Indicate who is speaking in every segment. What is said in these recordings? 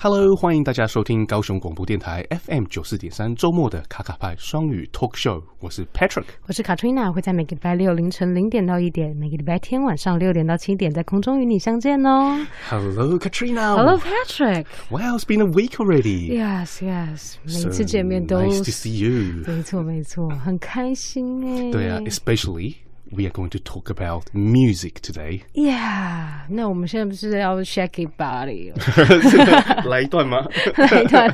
Speaker 1: Hello，欢迎大家收听高雄广播电台 FM 九四点三周末的卡卡派双语 Talk Show，我是 Patrick。
Speaker 2: 我是卡 a t r i 会在每个礼拜六凌晨零点到一点，每个礼拜天晚上六点到七点在空中与你相见哦。
Speaker 1: Hello Katrina。
Speaker 2: Hello Patrick.
Speaker 1: Wow, it's been a week already.
Speaker 2: Yes, yes. 每
Speaker 1: So
Speaker 2: 次见面都
Speaker 1: nice to see you.
Speaker 2: 没错没错，很开心哎。
Speaker 1: 对啊，especially we are going to talk about music today。
Speaker 2: Yeah，那我们现在不是要 shake it body 了
Speaker 1: 来一段吗？
Speaker 2: 来一段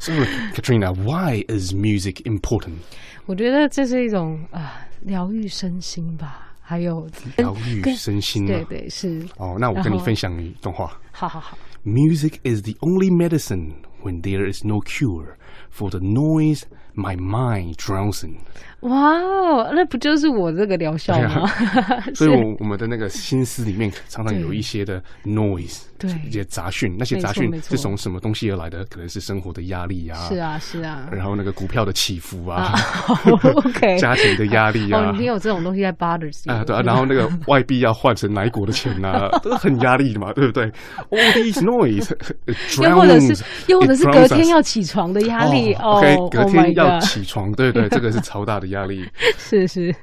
Speaker 1: So Katrina, why is music important？
Speaker 2: 我觉得这是一种 啊疗愈身心吧，还有
Speaker 1: 疗愈身心
Speaker 2: 对
Speaker 1: 嘛。
Speaker 2: 对是，
Speaker 1: 哦，那我跟你
Speaker 2: 然后
Speaker 1: 分享一段话。
Speaker 2: 好好好，
Speaker 1: Music is the only medicine when there is no cure for the noise my mind drowns in。
Speaker 2: 哇哦，那不就是我这个疗效吗？
Speaker 1: 啊 所以，我我们的那个心思里面常常有一些的 noise，
Speaker 2: 对
Speaker 1: 一些杂讯。那些
Speaker 2: 没错
Speaker 1: 杂讯
Speaker 2: 没错
Speaker 1: 是从什么东西而来的？可能是生活的压力啊，
Speaker 2: 是啊是 啊。
Speaker 1: 然后那个股票的起伏啊，
Speaker 2: OK，
Speaker 1: 家庭的压力
Speaker 2: 哦，
Speaker 1: 啊
Speaker 2: 你已。经有这种东西在 bother 自己
Speaker 1: 啊，
Speaker 2: 了
Speaker 1: 对啊，然后那个外币要换成哪一国的钱呐、 啊，都很压力的嘛，对不对？All these noise，it
Speaker 2: 又或者是
Speaker 1: drowns-
Speaker 2: 又或者是
Speaker 1: it
Speaker 2: 隔
Speaker 1: drowns
Speaker 2: 天
Speaker 1: us
Speaker 2: 要起床的压力哦
Speaker 1: OK，隔
Speaker 2: oh
Speaker 1: 天
Speaker 2: my
Speaker 1: 要
Speaker 2: god，
Speaker 1: 起床，对 对，这个是超大的压力。
Speaker 2: 是是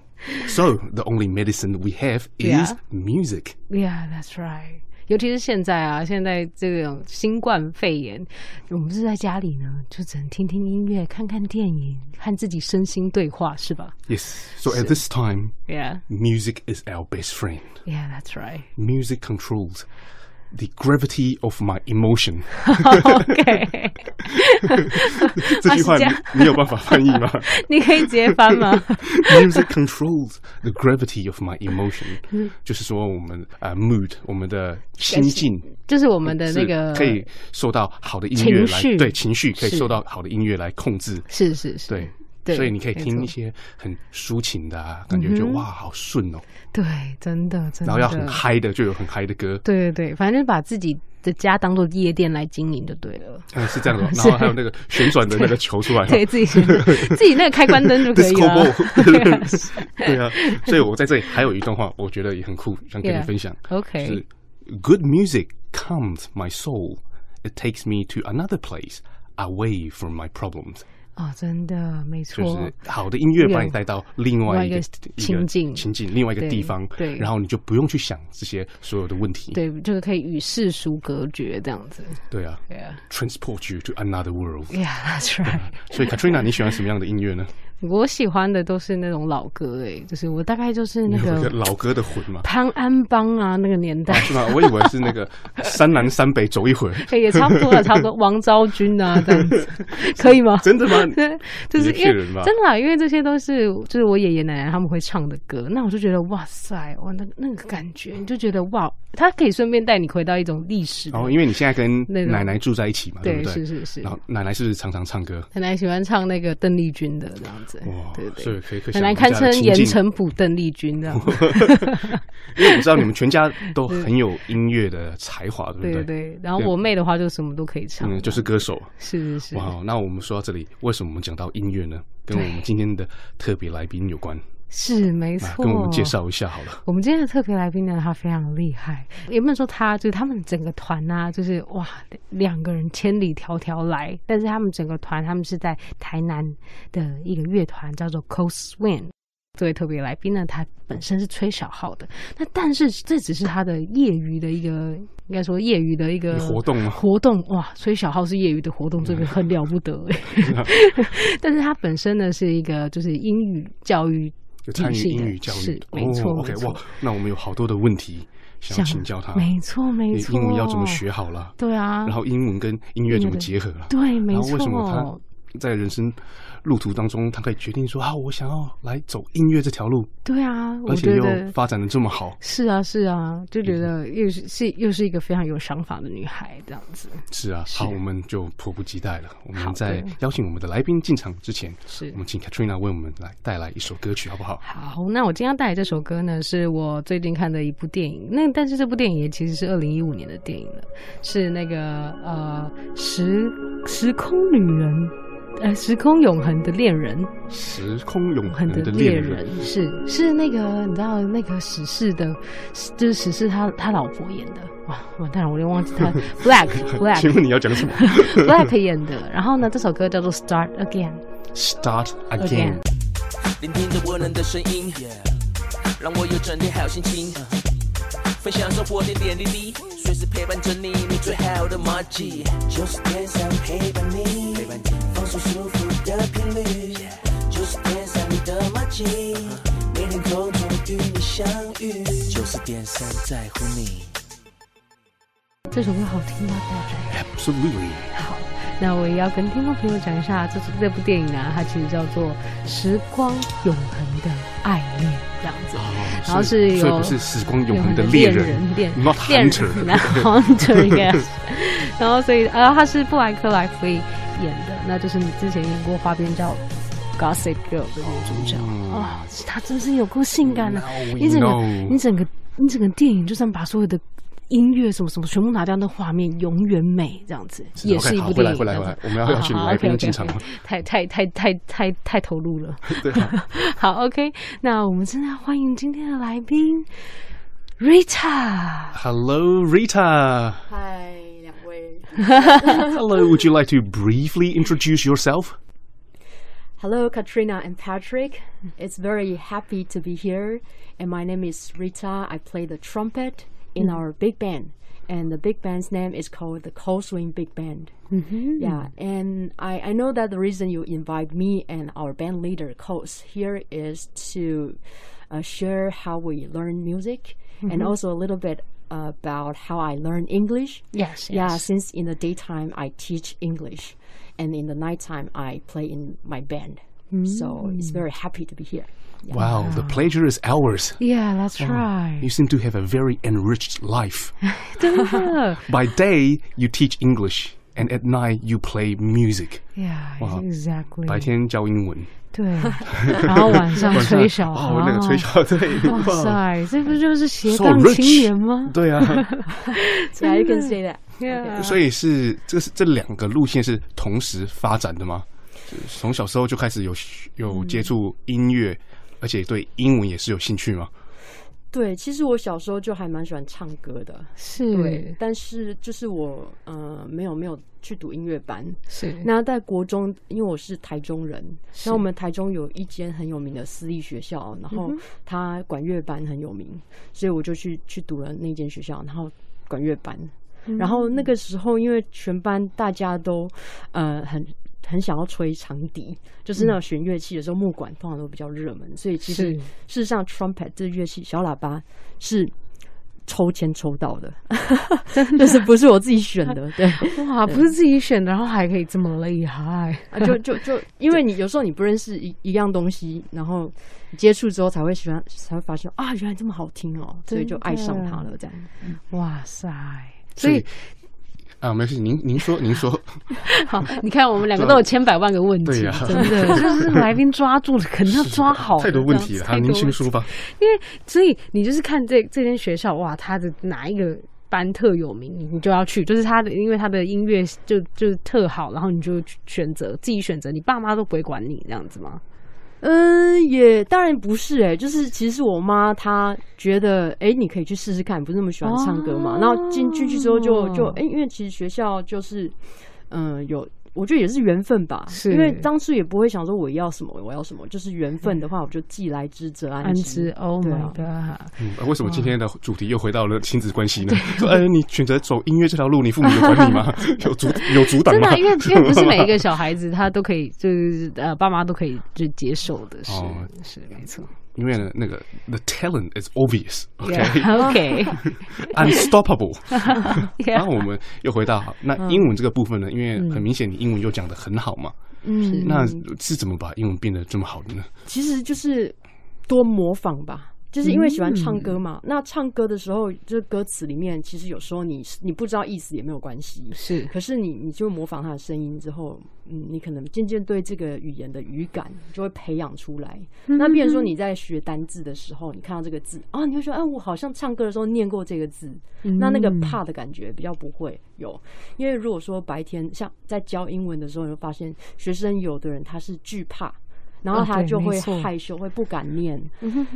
Speaker 1: So the only medicine we have is
Speaker 2: Yeah.
Speaker 1: music.
Speaker 2: ，Yeah，that's right。尤其是现在啊，现在这种新冠肺炎，我们是在家里呢，就只能听听音乐、看看电影，和自己身心对话，是吧
Speaker 1: Yes. So at this time,
Speaker 2: ？Yeah，Yeah，that's
Speaker 1: music is our best friend.
Speaker 2: right。
Speaker 1: Music controls the gravity of my emotion.
Speaker 2: OK，
Speaker 1: 这句话你
Speaker 2: 是这样
Speaker 1: 你有办法翻译 吗
Speaker 2: 你可以直接翻 吗？
Speaker 1: ？Music controls the gravity of my emotion，就是说我们啊、呃 mood，我们的心境
Speaker 2: 就是我们的那
Speaker 1: 是
Speaker 2: 个，
Speaker 1: 可以受到好的音乐
Speaker 2: 情
Speaker 1: 来
Speaker 2: 绪
Speaker 1: 对情绪可以
Speaker 2: 是
Speaker 1: 受到好的音乐来控制。
Speaker 2: 是是是，
Speaker 1: 对，
Speaker 2: 对
Speaker 1: 所以你可以
Speaker 2: 没
Speaker 1: 听
Speaker 2: 错
Speaker 1: 一些很抒情的啊，感觉就、哇好顺哦，
Speaker 2: 对，真的真的。
Speaker 1: 然后要很嗨的就有很嗨的 歌，
Speaker 2: 对对对，反正就是把自己的家当做夜店来经营就对了，
Speaker 1: 嗯是这 样的哦，然后还有那个旋转的那个球出来哦，
Speaker 2: 对自 己自己那个开关灯就可以
Speaker 1: Disco
Speaker 2: 了。
Speaker 1: ball，对 啊，所以我在这里还有一段话，我觉得也很酷，想跟你
Speaker 2: Yeah
Speaker 1: 分享，就
Speaker 2: OK，
Speaker 1: 是 Good music calms my soul, it takes me to another place. Away from my problems，
Speaker 2: 哦，真的没
Speaker 1: 就
Speaker 2: 错
Speaker 1: 是，好的音乐把你
Speaker 2: 有
Speaker 1: 带到另外一个
Speaker 2: 另外一个情境
Speaker 1: 情境，另外一个
Speaker 2: 对
Speaker 1: 地方，
Speaker 2: 对
Speaker 1: 然后你就不用去想这些所有的问题，
Speaker 2: 对，就是可以与世俗隔绝这样子。
Speaker 1: 对啊
Speaker 2: 对啊
Speaker 1: ，transport you to another world。
Speaker 2: ，Yeah，that's right。
Speaker 1: 所以 Katrina，你喜欢什么样的音乐呢？
Speaker 2: 我喜欢的都是那种老歌，诶，就是我大概就是那
Speaker 1: 有一个哦
Speaker 2: 个
Speaker 1: 老歌的魂嘛，
Speaker 2: 潘安邦啊那个年代。
Speaker 1: 是吗？我以为是那个山南山北走一回，
Speaker 2: 哎也差不多了，差不多。王昭君啊，这样 子可以吗？
Speaker 1: 真的吗？
Speaker 2: 对，就是
Speaker 1: 你是
Speaker 2: 因
Speaker 1: 骗
Speaker 2: 为
Speaker 1: 人吧
Speaker 2: 真的、啊，因为这些都是就是我爷爷奶奶他们会唱的歌，那我就觉得哇塞，哇那个那个感觉，你就觉得哇，他可以顺便带你回到一种历史的
Speaker 1: 然后哦因为你现在跟
Speaker 2: 那种
Speaker 1: 奶奶住在一起嘛，
Speaker 2: 对
Speaker 1: 不对？
Speaker 2: 是是是
Speaker 1: 然后奶奶是不是常常唱歌？
Speaker 2: 奶奶喜欢唱那个邓丽君的这样子，
Speaker 1: 哇，
Speaker 2: 对
Speaker 1: 所
Speaker 2: 对
Speaker 1: 以可以可以
Speaker 2: 对，
Speaker 1: 想
Speaker 2: 奶奶
Speaker 1: 象
Speaker 2: 堪
Speaker 1: 一下
Speaker 2: 称
Speaker 1: 的情
Speaker 2: 盐
Speaker 1: 境，
Speaker 2: 城埔邓丽君 这样子，
Speaker 1: 因为我知道你们全家 都很有音乐的才华，对不
Speaker 2: 对对
Speaker 1: 对？
Speaker 2: 对。然后我妹的话就什么都可以唱，
Speaker 1: 嗯，就是歌手。
Speaker 2: 是是是，
Speaker 1: 哇，哦那我们说到这里，为什么我们讲到音乐呢？跟我们今天的特别来宾有关，
Speaker 2: 是没
Speaker 1: 来
Speaker 2: 错。
Speaker 1: 啊跟我们介绍一下好了。
Speaker 2: 我们今天的特别来宾呢，他非常厉害，也不能说他，就是他们整个团啊，就是哇，两个人千里迢迢来，但是他们整个团，他们是在台南的一个乐团，叫做 Coast Swing。作为特别来宾呢，他本身是吹小号的，那但是这只是他的业余的一个，应该说业余的一个
Speaker 1: 活动吗嗯
Speaker 2: 活动哇，吹小号是业余的活动，这个很了 不得、欸。但是他本身呢是一个就是英语教育
Speaker 1: 有
Speaker 2: 体
Speaker 1: 参与
Speaker 2: 系的
Speaker 1: 英语教育
Speaker 2: 是
Speaker 1: 的，
Speaker 2: 没错、
Speaker 1: 哦、OK，
Speaker 2: 没错
Speaker 1: 哇，那我们有好多的问题想要请教他。
Speaker 2: 没错没
Speaker 1: 你
Speaker 2: 错，
Speaker 1: 英文要怎么？学好了？
Speaker 2: 对啊，
Speaker 1: 然后英文跟音乐怎么结合了？
Speaker 2: 对，没
Speaker 1: 然后
Speaker 2: 错，
Speaker 1: 为什么他在人生路途当中，他可以决定说啊，我想要来走音乐这条路，
Speaker 2: 对啊，我
Speaker 1: 而且
Speaker 2: 觉
Speaker 1: 又
Speaker 2: 得
Speaker 1: 发展的这么好，
Speaker 2: 是啊是啊，就觉得
Speaker 1: 嗯
Speaker 2: 又是是又是一个非常有想法的女孩这样子，
Speaker 1: 是啊，
Speaker 2: 是
Speaker 1: 好，我们就迫不及待了。我
Speaker 2: 好
Speaker 1: 们
Speaker 2: 的
Speaker 1: 在邀请我们的来宾进场之前，
Speaker 2: 是
Speaker 1: 我。们请 Katrina 为我们来带来一首歌曲，好不好？
Speaker 2: 好，那我今天要带来这首歌呢，是我最近看的一部电影。那但是这部电影也其实是二零一五年的电影了，是那个呃时时空女人呃，时空永恒的恋人，
Speaker 1: 时空嗯永恒
Speaker 2: 很的
Speaker 1: 的
Speaker 2: 猎
Speaker 1: 恋
Speaker 2: 人
Speaker 1: 人，
Speaker 2: 是是那个你知道那个史事的，就是史事他他老婆演的，哇完蛋了，我连忘记 他 Black Black
Speaker 1: 请问你要讲 什么
Speaker 2: Black 演的。然后呢，这首歌叫做《Start Again》。
Speaker 1: ？Start
Speaker 2: Again
Speaker 1: again。
Speaker 3: 聆听着温暖的声音，让我有整天好心情。分享生活点点滴滴，随时陪伴着你，你最好的默契。
Speaker 4: 就是天上陪伴你，陪伴你放松舒服的频率，就是天上你的默契，每天空中与你相遇，
Speaker 3: 就是点三在乎你。
Speaker 2: 这首歌好听吗？不要这样
Speaker 1: Absolutely。
Speaker 2: 好，那我也要跟听众朋友讲一下，这是这部电影呢，它其实叫做《时光永恒的爱恋》这样子。然后是
Speaker 1: 所以
Speaker 2: 有
Speaker 1: 不是时光永恒的猎人
Speaker 2: 恋
Speaker 1: Not
Speaker 2: 恋
Speaker 1: hunter
Speaker 2: 人那 hunter yes，然后所以然后他是布莱克莱弗利演的，那就是你之前演过花边叫 Gossip Girl 的女主角
Speaker 1: 哦
Speaker 2: 啊、她真是有够性感的、
Speaker 1: Now we
Speaker 2: 你整个
Speaker 1: know
Speaker 2: 你整个你整个电影，就算把所有的音乐什么什么全部拿掉，那画面永远美，这样子
Speaker 1: 是
Speaker 2: 也
Speaker 1: OK，
Speaker 2: 是一
Speaker 1: 好
Speaker 2: 部
Speaker 1: 回
Speaker 2: 电
Speaker 1: 来
Speaker 2: 影。
Speaker 1: 回来
Speaker 2: 这
Speaker 1: 回
Speaker 2: 样
Speaker 1: 来
Speaker 2: 子
Speaker 1: 我们 要要
Speaker 2: 好
Speaker 1: 请
Speaker 2: 好
Speaker 1: 来宾
Speaker 2: OK，OK，
Speaker 1: 进场
Speaker 2: OK，太 太太太太太投入 了。
Speaker 1: 对啊，
Speaker 2: 好，OK，那我们现在欢迎今天的来宾 Rita。
Speaker 1: Hello, Rita.
Speaker 5: 嗨，两位
Speaker 1: Hello, would you like to briefly introduce yourself?
Speaker 5: ，Hello Katrina and Patrick. It's very happy to be here. And my name is Rita. I play the trumpet in our big band, and the big band's name is called the Cold Swing Big Band. Yeah, and I, I know that the reason you invite me and our band leader Coles here is to uh, share how we learn music and also a little bit about how I learn English.
Speaker 2: Yes,
Speaker 5: Yeah,
Speaker 2: yes.
Speaker 5: since in the daytime I teach English, and in the nighttime I play in my band. So it's very happy to be here.
Speaker 1: Wow, the pleasure is ours.
Speaker 2: Yeah, that's right.
Speaker 1: You seem to have a very enriched life.
Speaker 2: 真的
Speaker 1: By day, you teach English, and at night, you play music.
Speaker 2: ，Yeah,
Speaker 1: 哇
Speaker 2: exactly.
Speaker 1: 白天教英文，
Speaker 2: 对，然后晚上吹小号。
Speaker 1: 哦，那个吹小对，
Speaker 2: 哇
Speaker 1: 哇
Speaker 2: 塞，这不就是斜
Speaker 1: So
Speaker 2: 杠
Speaker 1: rich
Speaker 2: 青年吗？
Speaker 1: 对啊，
Speaker 5: Yeah, you can say that.
Speaker 2: Yeah.
Speaker 1: 所以是这是这两个路线是同时发展的吗？就是从小时候就开始有有接触音乐，而且对英文也是有兴趣吗？
Speaker 5: 对，其实我小时候就还蛮喜欢唱歌的，
Speaker 2: 是
Speaker 5: 但是就是我呃没有没有去读音乐班。
Speaker 2: 是
Speaker 5: 那在国中，因为我是台中人，那我们台中有一间很有名的私立学校，然后它管乐班很有名，所以我就去去读了那间学校，然后管乐班。
Speaker 2: 嗯
Speaker 5: 然后那个时候，因为全班大家都呃很很想要吹长笛，就是那种弦乐器的时候，木管通常都比较热门，所以其实
Speaker 2: 是
Speaker 5: 事实上 trumpet 这乐器小喇叭是。抽签抽到的， 就是不是我自己选的，对，嗯
Speaker 2: 哇，不是自己选的，然后还可以这么厉害，
Speaker 5: 啊，就就就，因为你有时候你不认识一一样东西，然后你接触之后才会喜欢，才会发现啊，原来这么好听哦，所以就爱上它了。这样，
Speaker 2: 哇塞！所以
Speaker 1: 啊，没事，您您说您说，
Speaker 2: 好，你看我们两个都有千百万个问题，
Speaker 1: 对呀
Speaker 2: 真 的就是来宾抓住了，肯定要抓好。
Speaker 1: 太多问题了，
Speaker 2: 这样
Speaker 1: 啊，
Speaker 2: 子
Speaker 1: 您先说。吧。
Speaker 2: 因为所以你就是看这这间学校，哇，它的哪一个班特有名，你你就要去，就是它的，因为它的音乐就就是特好，然后你就去选择自己选择，你爸妈都不会管你这样子吗？
Speaker 5: 嗯，也当然不是哎、就是其实我妈她觉得，哎、你可以去试试看，不是那么喜欢唱歌嘛。然后进进去之后就就哎、因为其实学校就是，嗯、有。我觉得也是缘分吧，
Speaker 2: 是
Speaker 5: 因为当初也不会想说我要什么，我要什么，就是缘分的话，我就既来之则安
Speaker 2: 安之
Speaker 5: 之。
Speaker 2: ，Oh
Speaker 5: 对
Speaker 2: my
Speaker 5: 啊
Speaker 2: god！
Speaker 1: 嗯，啊为什么今天的主题又回到了亲子关系呢？ 说，哎，你选择走音乐这条路，你父母有管你 吗？有阻有阻挡
Speaker 2: 真的
Speaker 1: 吗
Speaker 2: 啊，？因为因为不 是每一个小孩子他都可以，就是呃，爸妈都可以就接受的，是、
Speaker 1: 哦
Speaker 2: 是没错。
Speaker 1: 因为呢，那个 the talent is obvious，
Speaker 2: Yeah, OK，
Speaker 1: unstoppable。然后
Speaker 2: yeah,
Speaker 1: 我们又回到那英文这个部分呢，因为很明显你英文又讲的很好嘛，
Speaker 5: 嗯，
Speaker 1: 那是怎么把英文变得这么好的呢？
Speaker 5: 其实就是多模仿吧。就是因为喜欢唱歌嘛。那唱歌的时候，就是歌词里面，其实有时候你你不知道意思也没有关系，
Speaker 2: 是
Speaker 5: 可是你你就模仿他的声音之后，嗯，你可能渐渐对这个语言的语感就会培养出来。
Speaker 2: 嗯
Speaker 5: 那比如说你在学单字的时候，你看到这个字啊，你会说，哎、我好像唱歌的时候念过这个字。那那个
Speaker 2: 嗯
Speaker 5: 怕的感觉比较不会有，因为如果说白天像在教英文的时候，你会发现学生有的人他是惧怕。然后
Speaker 2: 啊
Speaker 5: 他
Speaker 2: 对
Speaker 5: 就
Speaker 2: 没
Speaker 5: 会
Speaker 2: 错
Speaker 5: 害羞，会不敢念。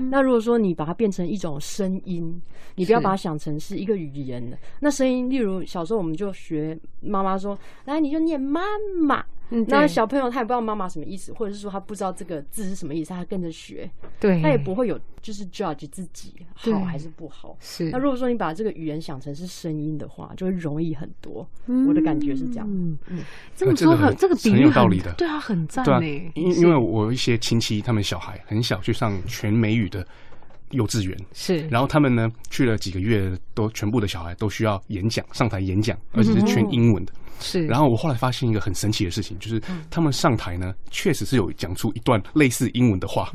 Speaker 5: 那如果说你把它变成一种声音，你不要
Speaker 2: 是
Speaker 5: 把它想成是一个语言的。那声音，例如小时候我们就学妈妈说：“来，你就念妈妈。”
Speaker 2: 嗯
Speaker 5: 那
Speaker 2: 对
Speaker 5: 小朋友他也不知道妈妈什么意思，或者是说他不知道这个字是什么意思，他跟着学，
Speaker 2: 对，
Speaker 5: 他也不会有就是 judge 自己
Speaker 2: 嗯对
Speaker 5: 好还是不好。
Speaker 2: 是
Speaker 5: 那如果说你把这个语言想成是声音的话，就会容易很多。我的感觉是这样。
Speaker 2: 嗯
Speaker 5: 嗯，
Speaker 2: 这么
Speaker 1: 呃这个
Speaker 2: 说很
Speaker 1: 很
Speaker 2: 这个比
Speaker 1: 很
Speaker 2: 喻
Speaker 1: 有道理的
Speaker 2: 对啊，很赞
Speaker 1: 对啊
Speaker 2: 呢，，
Speaker 1: 因因为我有一些亲戚，他们小孩很小去上全美语的幼稚园，
Speaker 2: 是
Speaker 1: 然后他们呢去了几个月，都全部的小孩都需要演讲，上台演讲，而且是全英文的。
Speaker 2: 是，
Speaker 1: 然后我后来发现一个很神奇的事情，就是
Speaker 2: 嗯
Speaker 1: 他们上台呢，确实是有讲出一段类似英文的 话，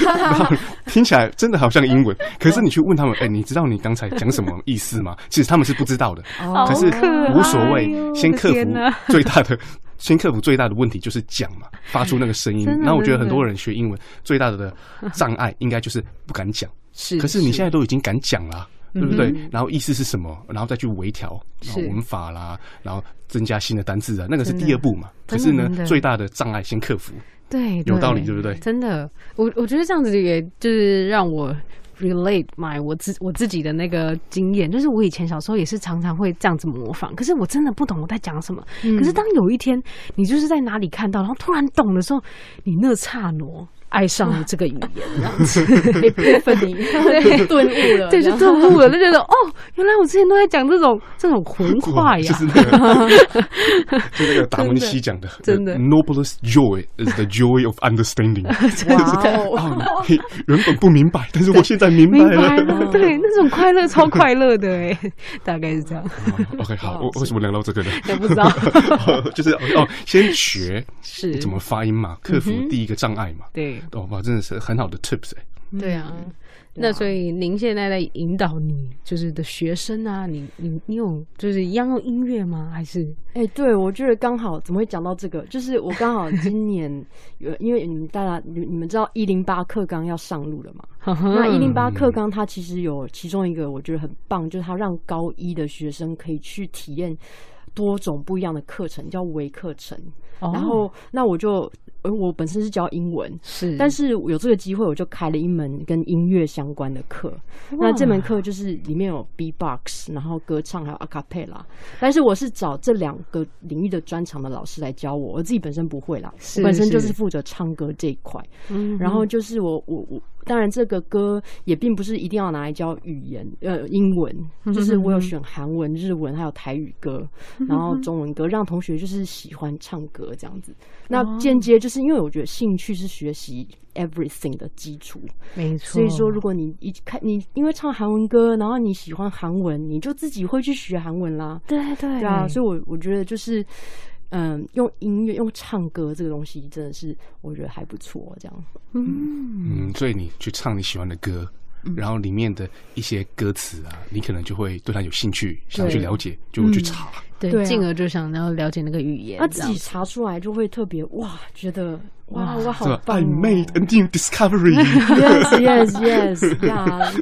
Speaker 1: 然后听起来真的好像英文。
Speaker 2: 嗯
Speaker 1: 可是你去问他们，哎、你知道你刚才讲什么意思吗？其实他们是不知 道的，
Speaker 2: 哦好
Speaker 1: 可是
Speaker 2: 可
Speaker 1: 无所谓
Speaker 2: 爱哟，
Speaker 1: 先克
Speaker 2: 哎我的天
Speaker 1: 服
Speaker 2: 哪
Speaker 1: 最大的。 先克服最大的问题就是讲嘛，发出那个声音。
Speaker 2: 真的
Speaker 1: 然后我觉得很
Speaker 2: 真的
Speaker 1: 多人学英文最大的障碍应该就是不敢讲。
Speaker 2: 是，
Speaker 1: 可是你现在都已经敢讲啦，对不对
Speaker 5: 嗯？
Speaker 1: 然后意思是什么？然后再去微调，然后
Speaker 2: 是
Speaker 1: 文法啦，然后增加新的单字啊，那个是
Speaker 2: 真的
Speaker 1: 第二步嘛。可
Speaker 2: 真
Speaker 1: 是
Speaker 2: 的
Speaker 1: 呢
Speaker 2: 真的，
Speaker 1: 最大的障碍先克服。
Speaker 2: 对
Speaker 1: 有道理对不对
Speaker 2: 真的，我我觉得这样子也就是让我。relate my 我自我自己的那个经验，就是我以前小时候也是常常会这样子模仿，可是我真的不懂我在讲什么。
Speaker 5: 嗯
Speaker 2: 可是当有一天你就是在哪里看到，然后突然懂的时候，你那刹那爱上了这个语言，这样子。
Speaker 5: 被 被分离 顿悟了，
Speaker 2: 对，
Speaker 5: 这
Speaker 2: 就
Speaker 5: 样嗯
Speaker 2: 顿悟了，就觉得哦，原来我之前都在讲这种这种混话呀
Speaker 1: 就。是那个，就那个达文西讲的，
Speaker 2: 真的
Speaker 1: The noblest joy is the joy of understanding。
Speaker 5: 哇哦，
Speaker 1: 啊，嘿原本不明白，但是我现在明白
Speaker 2: 明白
Speaker 1: 了。
Speaker 2: 了，对，那种快乐超快乐的哎、 大概是 这样，
Speaker 1: OK，好，我为什么聊到这个呢？
Speaker 2: 也不知道
Speaker 1: 就是哦，先学
Speaker 2: 是嗯
Speaker 1: 怎么发音嘛，克服第一个障碍嘛。
Speaker 2: 对
Speaker 1: 哦，哇，真的是很好的 tips 哎。
Speaker 2: 对啊。那所以您现在在引导你就是的学生啊，你你你有就是一样用音乐吗？还 是
Speaker 5: 哎、对，我觉得刚好怎么会讲到这个？就是我刚好今年有，因为你们大家你你们知道一零八课纲要上路了嘛？
Speaker 2: 嗯
Speaker 5: 那一零八课纲它其实有其中一个我觉得很棒，就是它让高一的学生可以去体验多种不一样的课程，叫微课程。
Speaker 2: 哦
Speaker 5: 然后那我就呃我本身是教英文，
Speaker 2: 是，
Speaker 5: 但是有这个机会，我就开了一门跟音乐相关的课。那这门课就是里面有 B-box，然后歌唱还有 a cappella。但是我是找这两个领域的专长的老师来教我，我自己本身不会啦，
Speaker 2: 是
Speaker 5: 我本身就是是负责唱歌这一块。
Speaker 2: 嗯
Speaker 5: 然后就是我我我，当然这个歌也并不是一定要拿来教语言，呃，英文，
Speaker 2: 嗯
Speaker 5: 就是我有选韩文、日文还有台语歌，然
Speaker 2: 嗯
Speaker 5: 后中文歌，让同学就是喜欢唱歌这样子。
Speaker 2: 哦
Speaker 5: 那间接就是因为我觉得兴趣是学习 everything 的基础，
Speaker 2: 没错，
Speaker 5: 所以说如果你一看你因为唱韩文歌，然后你喜欢韩文，你就自己会去学韩文啦。
Speaker 2: 对对
Speaker 5: 对啊，所以我我觉得就是。嗯，用音乐、用唱歌这个东西，真的是我觉得还不错。这样，
Speaker 1: 嗯，所以你去唱你喜欢的歌，
Speaker 2: 嗯
Speaker 1: 然后里面的一些歌词啊，你可能就会对它有兴趣，想要去了解，就会去查。
Speaker 2: 对，嗯啊
Speaker 5: 对啊
Speaker 2: 进而就想要了解那个语言，
Speaker 5: 那
Speaker 2: 这
Speaker 5: 自
Speaker 2: 样
Speaker 5: 己查出来就会特别哇，觉得哇
Speaker 2: 哇
Speaker 5: 哇
Speaker 1: 是
Speaker 5: 好
Speaker 1: 吧
Speaker 2: 啊
Speaker 5: 棒、
Speaker 1: ？I
Speaker 5: 哦、
Speaker 1: made a new discovery。
Speaker 5: yes yes yes yeah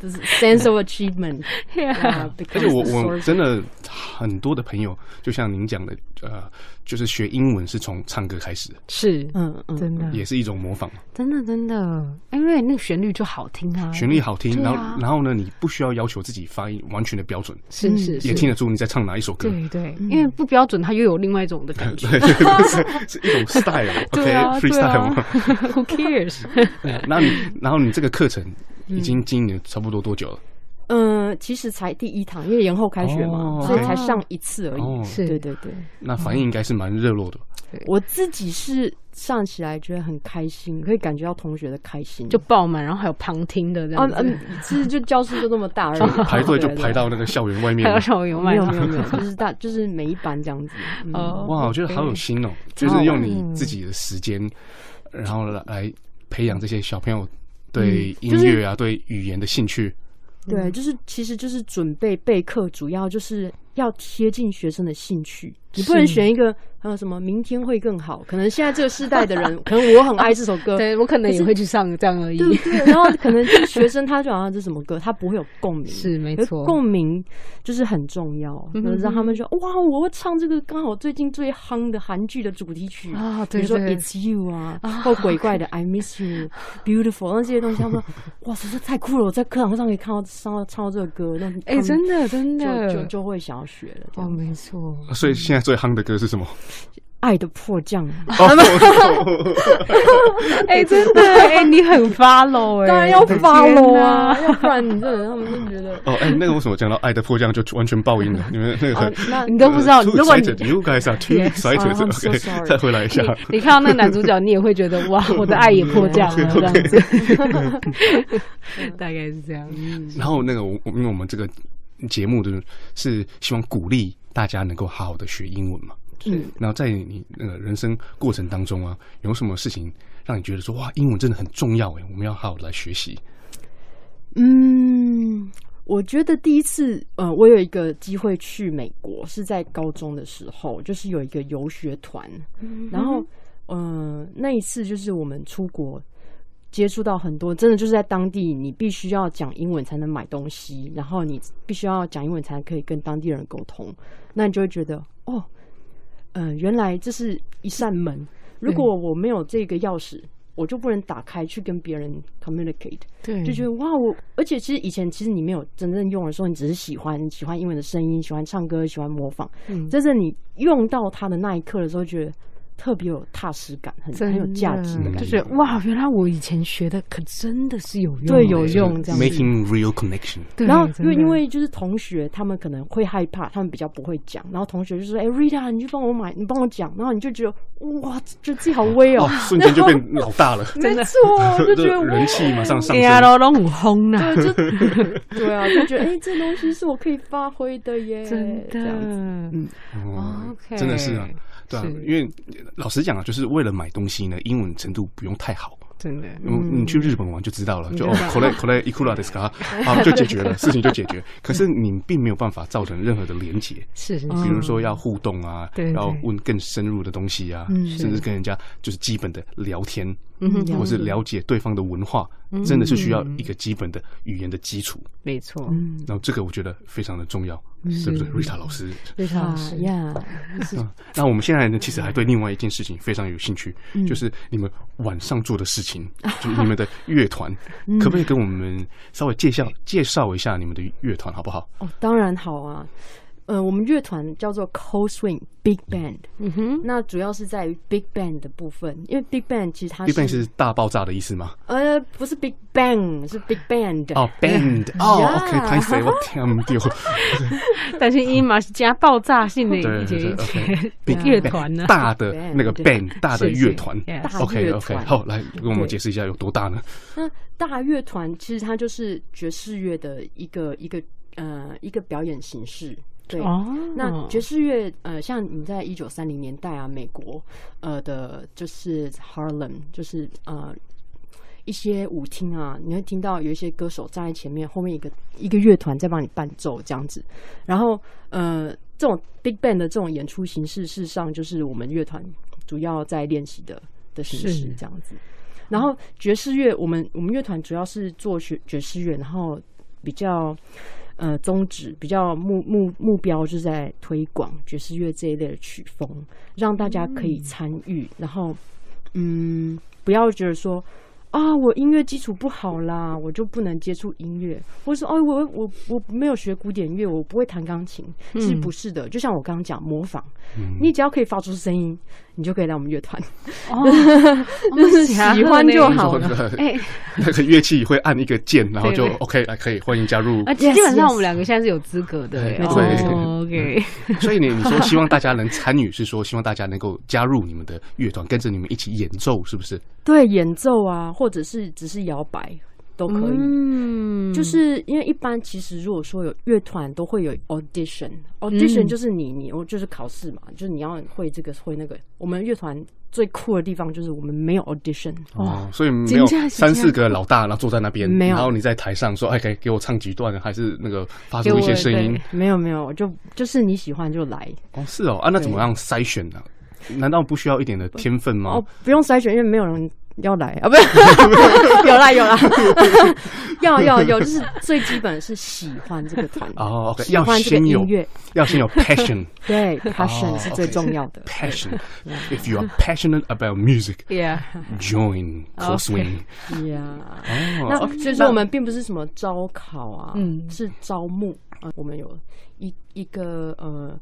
Speaker 5: this is sense of achievement yeah
Speaker 1: 而
Speaker 5: because
Speaker 1: 且我
Speaker 5: the
Speaker 1: 我
Speaker 5: source-
Speaker 1: 真的很多的朋友，就像您讲的，呃，就是学英文是从唱歌开始，
Speaker 2: 是
Speaker 5: 嗯嗯
Speaker 2: 真的
Speaker 1: 也是一种模仿，
Speaker 2: 真的真的，因为那个旋律就好听啊，
Speaker 1: 旋律好听，
Speaker 2: 对
Speaker 1: 然
Speaker 2: 啊
Speaker 1: 后然后呢，你不需要要求自己发音完全的标准，
Speaker 2: 是是
Speaker 1: 也
Speaker 2: 是，
Speaker 1: 听得出你在唱哪一首歌。
Speaker 2: 对对，因为不标准，它又有另外一种的感 觉。
Speaker 1: 对，是是一种
Speaker 2: 对啊，对啊
Speaker 1: style，OK，freestyle 嘛。
Speaker 2: ，Who cares？
Speaker 1: 对啊那你 然后你这个课程已经经营了差不多多久了？
Speaker 5: 嗯，其实才第一堂，因为延后开学嘛
Speaker 1: 哦
Speaker 5: 所以
Speaker 1: OK
Speaker 5: 才上一次而已。
Speaker 1: 哦
Speaker 2: 是
Speaker 5: 对对对，
Speaker 1: 那反应应该是蛮热络 的。
Speaker 5: 我自己是上起来觉得很开心，可以感觉到同学的开心。
Speaker 2: 就爆满，然后还有旁听的这样
Speaker 5: 啊
Speaker 2: 子，
Speaker 5: 嗯，其实就教室就这么大而已，
Speaker 1: 排队就
Speaker 5: 哦对对
Speaker 1: 排到那个校园外面
Speaker 2: 还有
Speaker 1: 了。
Speaker 2: 小油
Speaker 5: 没
Speaker 2: 麦
Speaker 5: 有没有没有，就是大就是每一班这样子。嗯
Speaker 2: 哦，
Speaker 1: 哇，我觉得好有心哦，就是用你自己的时间，然后来培养这些小朋友对音
Speaker 5: 嗯就是
Speaker 1: 乐啊、对语言的兴趣。
Speaker 2: 嗯
Speaker 5: 对，就是其实就是准备备课，主要就是要贴近学生的兴趣。你不能
Speaker 2: 是
Speaker 5: 选一个还有什么明天会更好，可能现在这个世代的人， 可能我很爱这首 歌，
Speaker 2: 对我可能
Speaker 5: 可
Speaker 2: 也
Speaker 5: 是
Speaker 2: 会去上这样而已。
Speaker 5: 对对，然后可能就是学生他就好像这什么歌，他不会有共鸣，
Speaker 2: 是没
Speaker 5: 可
Speaker 2: 错
Speaker 5: 共鸣就是很重要，
Speaker 2: 嗯
Speaker 5: 就是让
Speaker 2: 哼
Speaker 5: 他们说哇，我会唱这个刚好最近最夯的韩剧的主题曲
Speaker 2: 啊
Speaker 5: 比如说
Speaker 2: 对对
Speaker 5: It's You 啊
Speaker 2: 啊，
Speaker 5: 或鬼怪的 I Miss You、Beautiful 那这些东西，他们哇，实在太酷了！我在课堂上可以看到唱到唱到这个歌，那
Speaker 2: 哎、
Speaker 5: 他们
Speaker 2: 真的真的，
Speaker 5: 就就就会想要学了。这
Speaker 2: 哦，
Speaker 5: 样
Speaker 2: 没 错，
Speaker 1: 啊所以现在最夯的歌是 什么？
Speaker 5: 爱的迫降，
Speaker 2: 啊
Speaker 1: 哦
Speaker 2: 哎、真的，哎、你很 follow 哎、
Speaker 5: 当然要发喽啊，
Speaker 2: 天哪！
Speaker 5: 要不然你这人他们就觉得。
Speaker 1: 哦，哎，那个为什么讲到爱的迫降就完全爆音了？你们那个
Speaker 5: 哦
Speaker 1: 很，
Speaker 5: 那
Speaker 2: 你都不知 道，
Speaker 1: Too
Speaker 2: 如果你
Speaker 1: excited. you guys are too
Speaker 5: Yes, 哦
Speaker 1: excited.
Speaker 5: I'm so
Speaker 1: OK，
Speaker 5: sorry.
Speaker 1: 再回来一 下。
Speaker 2: 你你看到那个男主角，你也会觉得 哇，我的爱也迫降了这样子， 大概是这样。
Speaker 1: 然后那个我，我因为我们这个节目就是是希望鼓励大家能够好好的学英文嘛。
Speaker 5: 嗯
Speaker 1: 然后在你那个人生过程当中啊，有什么事情让你觉得说哇，英文真的很重要哎，我们要好好地来学习。
Speaker 5: 嗯，我觉得第一次，呃，我有一个机会去美国，是在高中的时候，就是有一个游学团，然后，呃，那一次就是我们出国。接触到很多，真的就是在当地，你必须要讲英文才能买东西，然后你必须要讲英文才可以跟当地人沟通，那你就会觉得，哦，嗯、原来这是一扇门，如果我没有这个钥匙，我就不能打开去跟别人 communicate。
Speaker 2: 对，
Speaker 5: 就觉得哇，我而且其实以前其实你没有真正用的时候，你只是喜欢你喜欢英文的声音，喜欢唱歌，喜欢模仿。
Speaker 2: 嗯
Speaker 5: 真正你用到它的那一刻的时候，觉得特别有踏实感，很
Speaker 2: 真
Speaker 5: 很有价值的
Speaker 2: 的
Speaker 5: 感觉。
Speaker 2: 就觉得哇，原来我以前学的可真的是有用的，
Speaker 5: 对有用这样子
Speaker 1: Making real connection。
Speaker 2: 对。
Speaker 5: 然后因为
Speaker 2: 真的
Speaker 5: 因为就是同学他们可能会害怕，他们比较不会讲，然后同学就说：“哎、r i t a 你去帮我买，你帮我讲。”然后你就觉得哇，觉得自己好威哦、
Speaker 1: 哇，瞬间就变老大 了，
Speaker 5: 没错，就觉得哇
Speaker 1: 人气马上上
Speaker 2: 哎呀，
Speaker 1: 升。
Speaker 2: 都啊拢有风啦，
Speaker 5: 啊 就对啊，就觉得哎、这东西是我可以发挥的耶，
Speaker 2: 真的
Speaker 5: 这样子。
Speaker 1: 哦
Speaker 2: OK
Speaker 1: 真的是啊，对啊
Speaker 2: 是，
Speaker 1: 因为老实讲啊，就是为了买东西呢，英文程度不用太好。
Speaker 2: 真的。
Speaker 1: 嗯，你去日本玩就知道了，就哦 collect collect ikura d e s k 好 就解决了，事情就解决。可是你并没有办法造成任何的连结，
Speaker 2: 是是
Speaker 5: 嗯
Speaker 1: 比如说要互动啊，
Speaker 2: 对对
Speaker 1: 要问更深入的东西啊，甚至跟人家就是嗯基本的聊天，
Speaker 2: 是，
Speaker 1: 或是了解对方的文化，真的是需要一个基本的语言的基础。
Speaker 2: 没错，
Speaker 1: 然后这个我觉得非常的重要，是不嗯是？Rita 老师，
Speaker 2: 非
Speaker 5: 啊
Speaker 2: 常是
Speaker 5: 呀，
Speaker 1: 嗯那我们现在呢，其实还对另外一件事情非常有兴趣，就是你们晚上做的事情，就你们的乐团，可不可以给我们稍微介绍介绍一下你们的乐团好不好？
Speaker 5: 哦，当然好啊。呃，我们乐团叫做 Cold Swing Big Band，
Speaker 2: 嗯哼，
Speaker 5: 那主要是在于 Big Band 的部分，因为 Big Band 其实它
Speaker 1: 一般是大爆炸的意思吗？
Speaker 5: 呃不是 Big Bang，是 Big Band。
Speaker 1: 哦，band，哦，OK，拍谁我听不丢，
Speaker 2: 但是伊嘛是加爆炸性的
Speaker 1: 对
Speaker 2: 一节
Speaker 1: 对
Speaker 2: 一
Speaker 1: 对
Speaker 2: 节
Speaker 5: 啊
Speaker 2: 乐团啊呢，
Speaker 1: 大的那个 band，大的乐团。
Speaker 2: Yeah，
Speaker 5: 大
Speaker 1: OK OK，好，来给我们
Speaker 5: 对
Speaker 1: 解释一下有多大呢？
Speaker 5: 那大乐团其实它就是爵士乐的一个一个呃一个表演形式。对，
Speaker 2: 哦，
Speaker 5: 那爵士乐，呃，像你在一九三零年代啊，美国，呃的，就是 Harlem，就是呃一些舞厅啊，你会听到有一些歌手站在前面，后面一个一个乐团在帮你伴奏这样子。然后，呃，这种 Big Band 的这种演出形式，事实上就是我们乐团主要在练习的的形
Speaker 2: 是
Speaker 5: 式这样子。然后爵士乐，我们我们乐团主要是做爵爵士乐，然后比较呃宗旨比较目目目标就是在推广爵士乐这一类的曲风，让大家可以参与，然后嗯，不要觉得说。啊，我音乐基础不好啦，我就不能接触音乐，或者说，哦，我我我没有学古典乐，我不会弹钢琴，其实不是的。就像我刚刚讲，模仿，你只要可以发出声音，你就可以来我们乐团。
Speaker 2: 就是
Speaker 5: 哦喜欢就 好了
Speaker 2: 哦哎，
Speaker 1: 那个乐器会按一个键，然后就
Speaker 2: 对对
Speaker 1: OK，来可以欢迎加入
Speaker 2: 而。啊且基本上我们两个现在是有资格的，
Speaker 1: 对
Speaker 2: 哎
Speaker 1: 没错没错
Speaker 2: 哦 OK，
Speaker 1: 所以你你说希望大家能参与，是说希望大家能够加入你们的乐团，跟着你们一起演奏，是不是？
Speaker 5: 对演奏啊，或者是只是摇摆，都可以。
Speaker 2: 嗯，
Speaker 5: 就是因为一般其实如果说有乐团都会有 audition，audition
Speaker 1: 嗯
Speaker 5: 就是你你我就是考试嘛，就是你要会这个会那个。我们乐团最酷的地方就是我们没有 audition，
Speaker 1: 哦，所以没有
Speaker 2: 真的是
Speaker 1: 三
Speaker 2: 这样
Speaker 1: 四个老大，然后坐在那边，
Speaker 5: 没有
Speaker 1: 然后你在台上说，哎，给给我唱几段，还是那个发
Speaker 2: 给
Speaker 1: 出
Speaker 2: 我
Speaker 1: 一些声音
Speaker 2: 对？
Speaker 5: 没有没有，就就是你喜欢就来
Speaker 1: 哦，是哦，啊，那怎么样筛选呢、难道不需要一点的天分吗
Speaker 5: 哦？，不用筛选，因为没有人。要来啊，不是 有啦有啦，要要有，就是最基本是喜欢这个团，
Speaker 1: 哦，OK，
Speaker 5: 喜
Speaker 1: 要
Speaker 5: 欢这个
Speaker 1: 先有
Speaker 5: 音乐，
Speaker 1: 要先有 passion。
Speaker 5: 对
Speaker 1: 哦
Speaker 5: ，passion 是最
Speaker 1: OK
Speaker 5: 重要 的。
Speaker 1: Passion. If you are passionate about music,
Speaker 2: yeah，
Speaker 1: join Coswing.
Speaker 5: Yeah，
Speaker 1: 哦
Speaker 5: 那
Speaker 1: OK，
Speaker 5: 所以说我们并不是什么招考啊，
Speaker 2: 嗯
Speaker 5: 是招募啊、呃我们有一一个呃，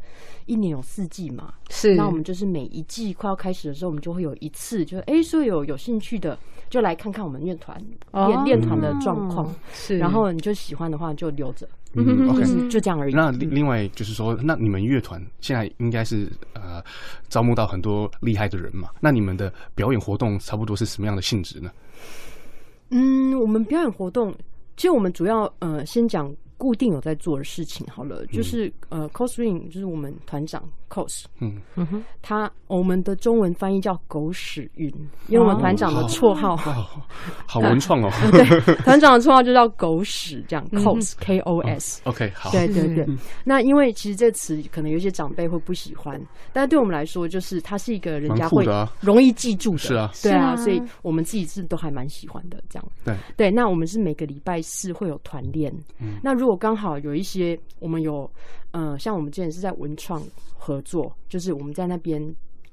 Speaker 5: 一年有四季嘛，
Speaker 2: 是
Speaker 5: 那我们就是每一季快要开始的时候，我们就会有一次，就是哎，诶说有有兴趣的就来看看我们乐团
Speaker 2: 哦
Speaker 5: 练练团的状况，
Speaker 2: 是，
Speaker 5: 然后你就喜欢的话就留着，
Speaker 1: 嗯
Speaker 5: 就
Speaker 1: ，OK。
Speaker 5: 是就这样而已。
Speaker 1: 那另另外就是说，那你们乐团现在应该是呃招募到很多厉害的人嘛？那你们的表演活动差不多是什么样的性质呢？
Speaker 5: 嗯，我们表演活动，其实我们主要呃先讲固定有在做的事情好了，就是、呃 coswing 就是我们团长 cos，
Speaker 1: 嗯
Speaker 5: 嗯哼，他我们的中文翻译叫狗屎运，因为我们团长的绰号，
Speaker 1: 哇，哦好文创 哦。
Speaker 5: 团长的绰号就叫狗屎，这
Speaker 2: 嗯
Speaker 5: 样 cos k o s。
Speaker 1: OK，好，
Speaker 5: 对对对，那因为其实这词可能有些长辈会不喜欢，但是对我们来说，就是它是一个人家
Speaker 1: 蛮酷
Speaker 5: 会
Speaker 1: 的啊
Speaker 5: 容易记住的，
Speaker 1: 是啊
Speaker 5: 对啊，
Speaker 2: 是啊
Speaker 5: 所以我们自己是都还蛮喜欢的这样。
Speaker 1: 对，
Speaker 5: 对，那我们是每个礼拜四会有团练。那如果刚好有一些，我们有，呃，像我们之前是在文创合作，就是我们在那边，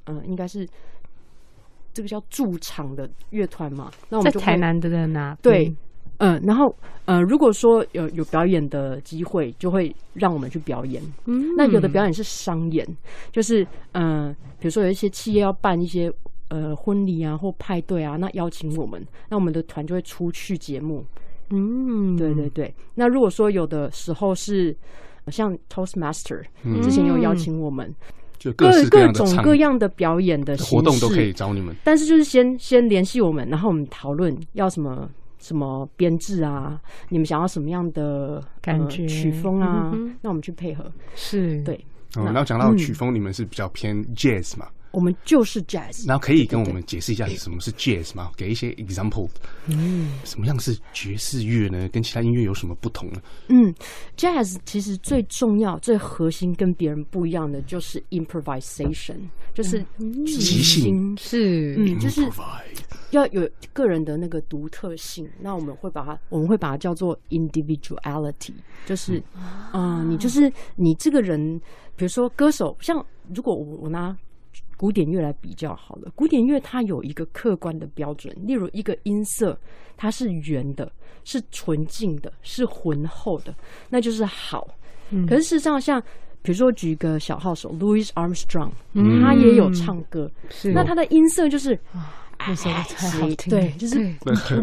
Speaker 5: 呃，应该是这个叫驻场的乐团嘛。那我
Speaker 2: 在
Speaker 5: 们就会
Speaker 2: 台南的在哪？
Speaker 5: 对，嗯、然后呃，如果说有有表演的机会，就会让我们去表演。
Speaker 2: 嗯，
Speaker 5: 那有的表演是商演，就是嗯、呃比如说有一些企业要办一些呃婚礼啊或派对啊，那邀请我们，那我们的团就会出去节目。
Speaker 2: 嗯，
Speaker 5: 对对对。那如果说有的时候是呃像 Toastmaster 之前有邀请我们，
Speaker 1: 就嗯各
Speaker 5: 各
Speaker 1: 式
Speaker 5: 各
Speaker 1: 样的
Speaker 5: 种
Speaker 1: 唱
Speaker 5: 各样的表演的
Speaker 1: 活动都
Speaker 5: 形式
Speaker 1: 可以找你们。
Speaker 5: 但是就是先先联系我们，然后我们讨论要什么什么编制啊，你们想要什么样的
Speaker 2: 感
Speaker 5: 呃
Speaker 2: 觉
Speaker 5: 曲风
Speaker 2: 嗯
Speaker 5: 啊，
Speaker 2: 哼
Speaker 5: 那我们去配合。
Speaker 2: 是，
Speaker 5: 对
Speaker 1: 哦，然后讲到曲风，你们是比较偏 jazz 嘛？
Speaker 5: 我们就是 jazz，
Speaker 1: 然后可以跟我们解释一下什么是 jazz 吗？给一些 example。嗯，什么样是爵士乐呢？跟其他音乐有什么不同呢？
Speaker 5: 嗯，jazz 其实最重要、最核心跟别人不一样的就是 improvisation，就是
Speaker 2: 嗯
Speaker 5: 即兴，
Speaker 2: 是，
Speaker 5: 嗯，就是
Speaker 1: 嗯，provide
Speaker 5: 要有个人的那个独特性，那我们会把它，我们会把它叫做 individuality，就是，嗯、你就是你这个人，比如说歌手，像如果我我拿古典乐来比较好了，古典乐它有一个客观的标准，例如一个音色它是圆的，是纯净的，是浑厚的，那就是好。可是事实上像，比如说举一个小号手 Louis Armstrong，、他也有唱歌，
Speaker 2: 是
Speaker 5: 那他的音色就是。哎
Speaker 2: 那首啊太好听了，
Speaker 5: 对，就是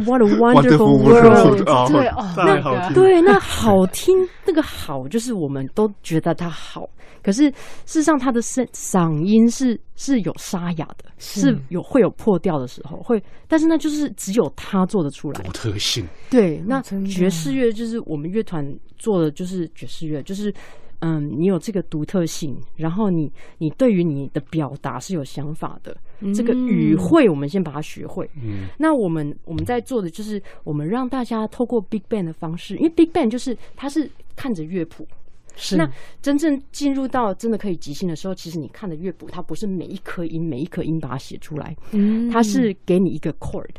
Speaker 5: What a
Speaker 1: Wonderful
Speaker 5: wonderful
Speaker 1: world，
Speaker 5: world，
Speaker 1: 哦
Speaker 2: 对哦
Speaker 1: 太好听了。
Speaker 5: 对，那好听，那个好就是我们都觉得它好，可是事实上它的声嗓音是是有沙哑的，是有会有破掉的时候，会，但是那就是只有他做得出来
Speaker 1: 独。特性，
Speaker 5: 对，那
Speaker 2: 哦真的
Speaker 5: 爵士乐就是我们乐团做的，就是爵士乐，就是嗯，你有这个独特性，然后你你对于你的表达是有想法的，
Speaker 2: 嗯
Speaker 5: 这个语汇我们先把它学会。
Speaker 1: 嗯，
Speaker 5: 那我们我们在做的就是，我们让大家透过 Big Band 的方式，因为 Big Band 就是它是看着乐谱，
Speaker 2: 是
Speaker 5: 那真正进入到真的可以即兴的时候，其实你看的乐谱，它不是每一颗音每一颗音把它写出来，
Speaker 2: 嗯
Speaker 5: 它是给你一个 chord，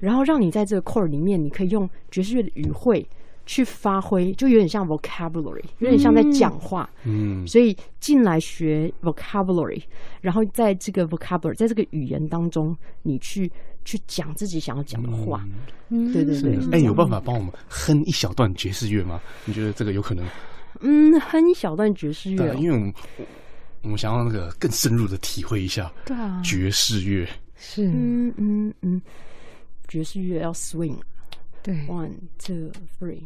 Speaker 5: 然后让你在这个 chord 里面，你可以用爵士乐的语汇去发挥，就有点像 vocabulary，有点像在讲话。
Speaker 1: 嗯，
Speaker 5: 所以进来学 vocabulary，然后在这个 vocabulary，在这个语言当中，你去去讲自己想要讲的话。
Speaker 2: 嗯
Speaker 5: 对对对，嗯
Speaker 1: 哎，有办法帮我们哼一小段爵士乐吗？你觉得这个有可能？
Speaker 5: 嗯，哼一小段爵士乐
Speaker 1: 对
Speaker 5: 哦，，
Speaker 1: 因为我们我们想要那个更深入的体会一下
Speaker 2: 对啊，
Speaker 1: 爵士乐。
Speaker 2: 是，
Speaker 5: 嗯嗯嗯，爵士乐要 swing。
Speaker 2: 对，
Speaker 5: One, two, three.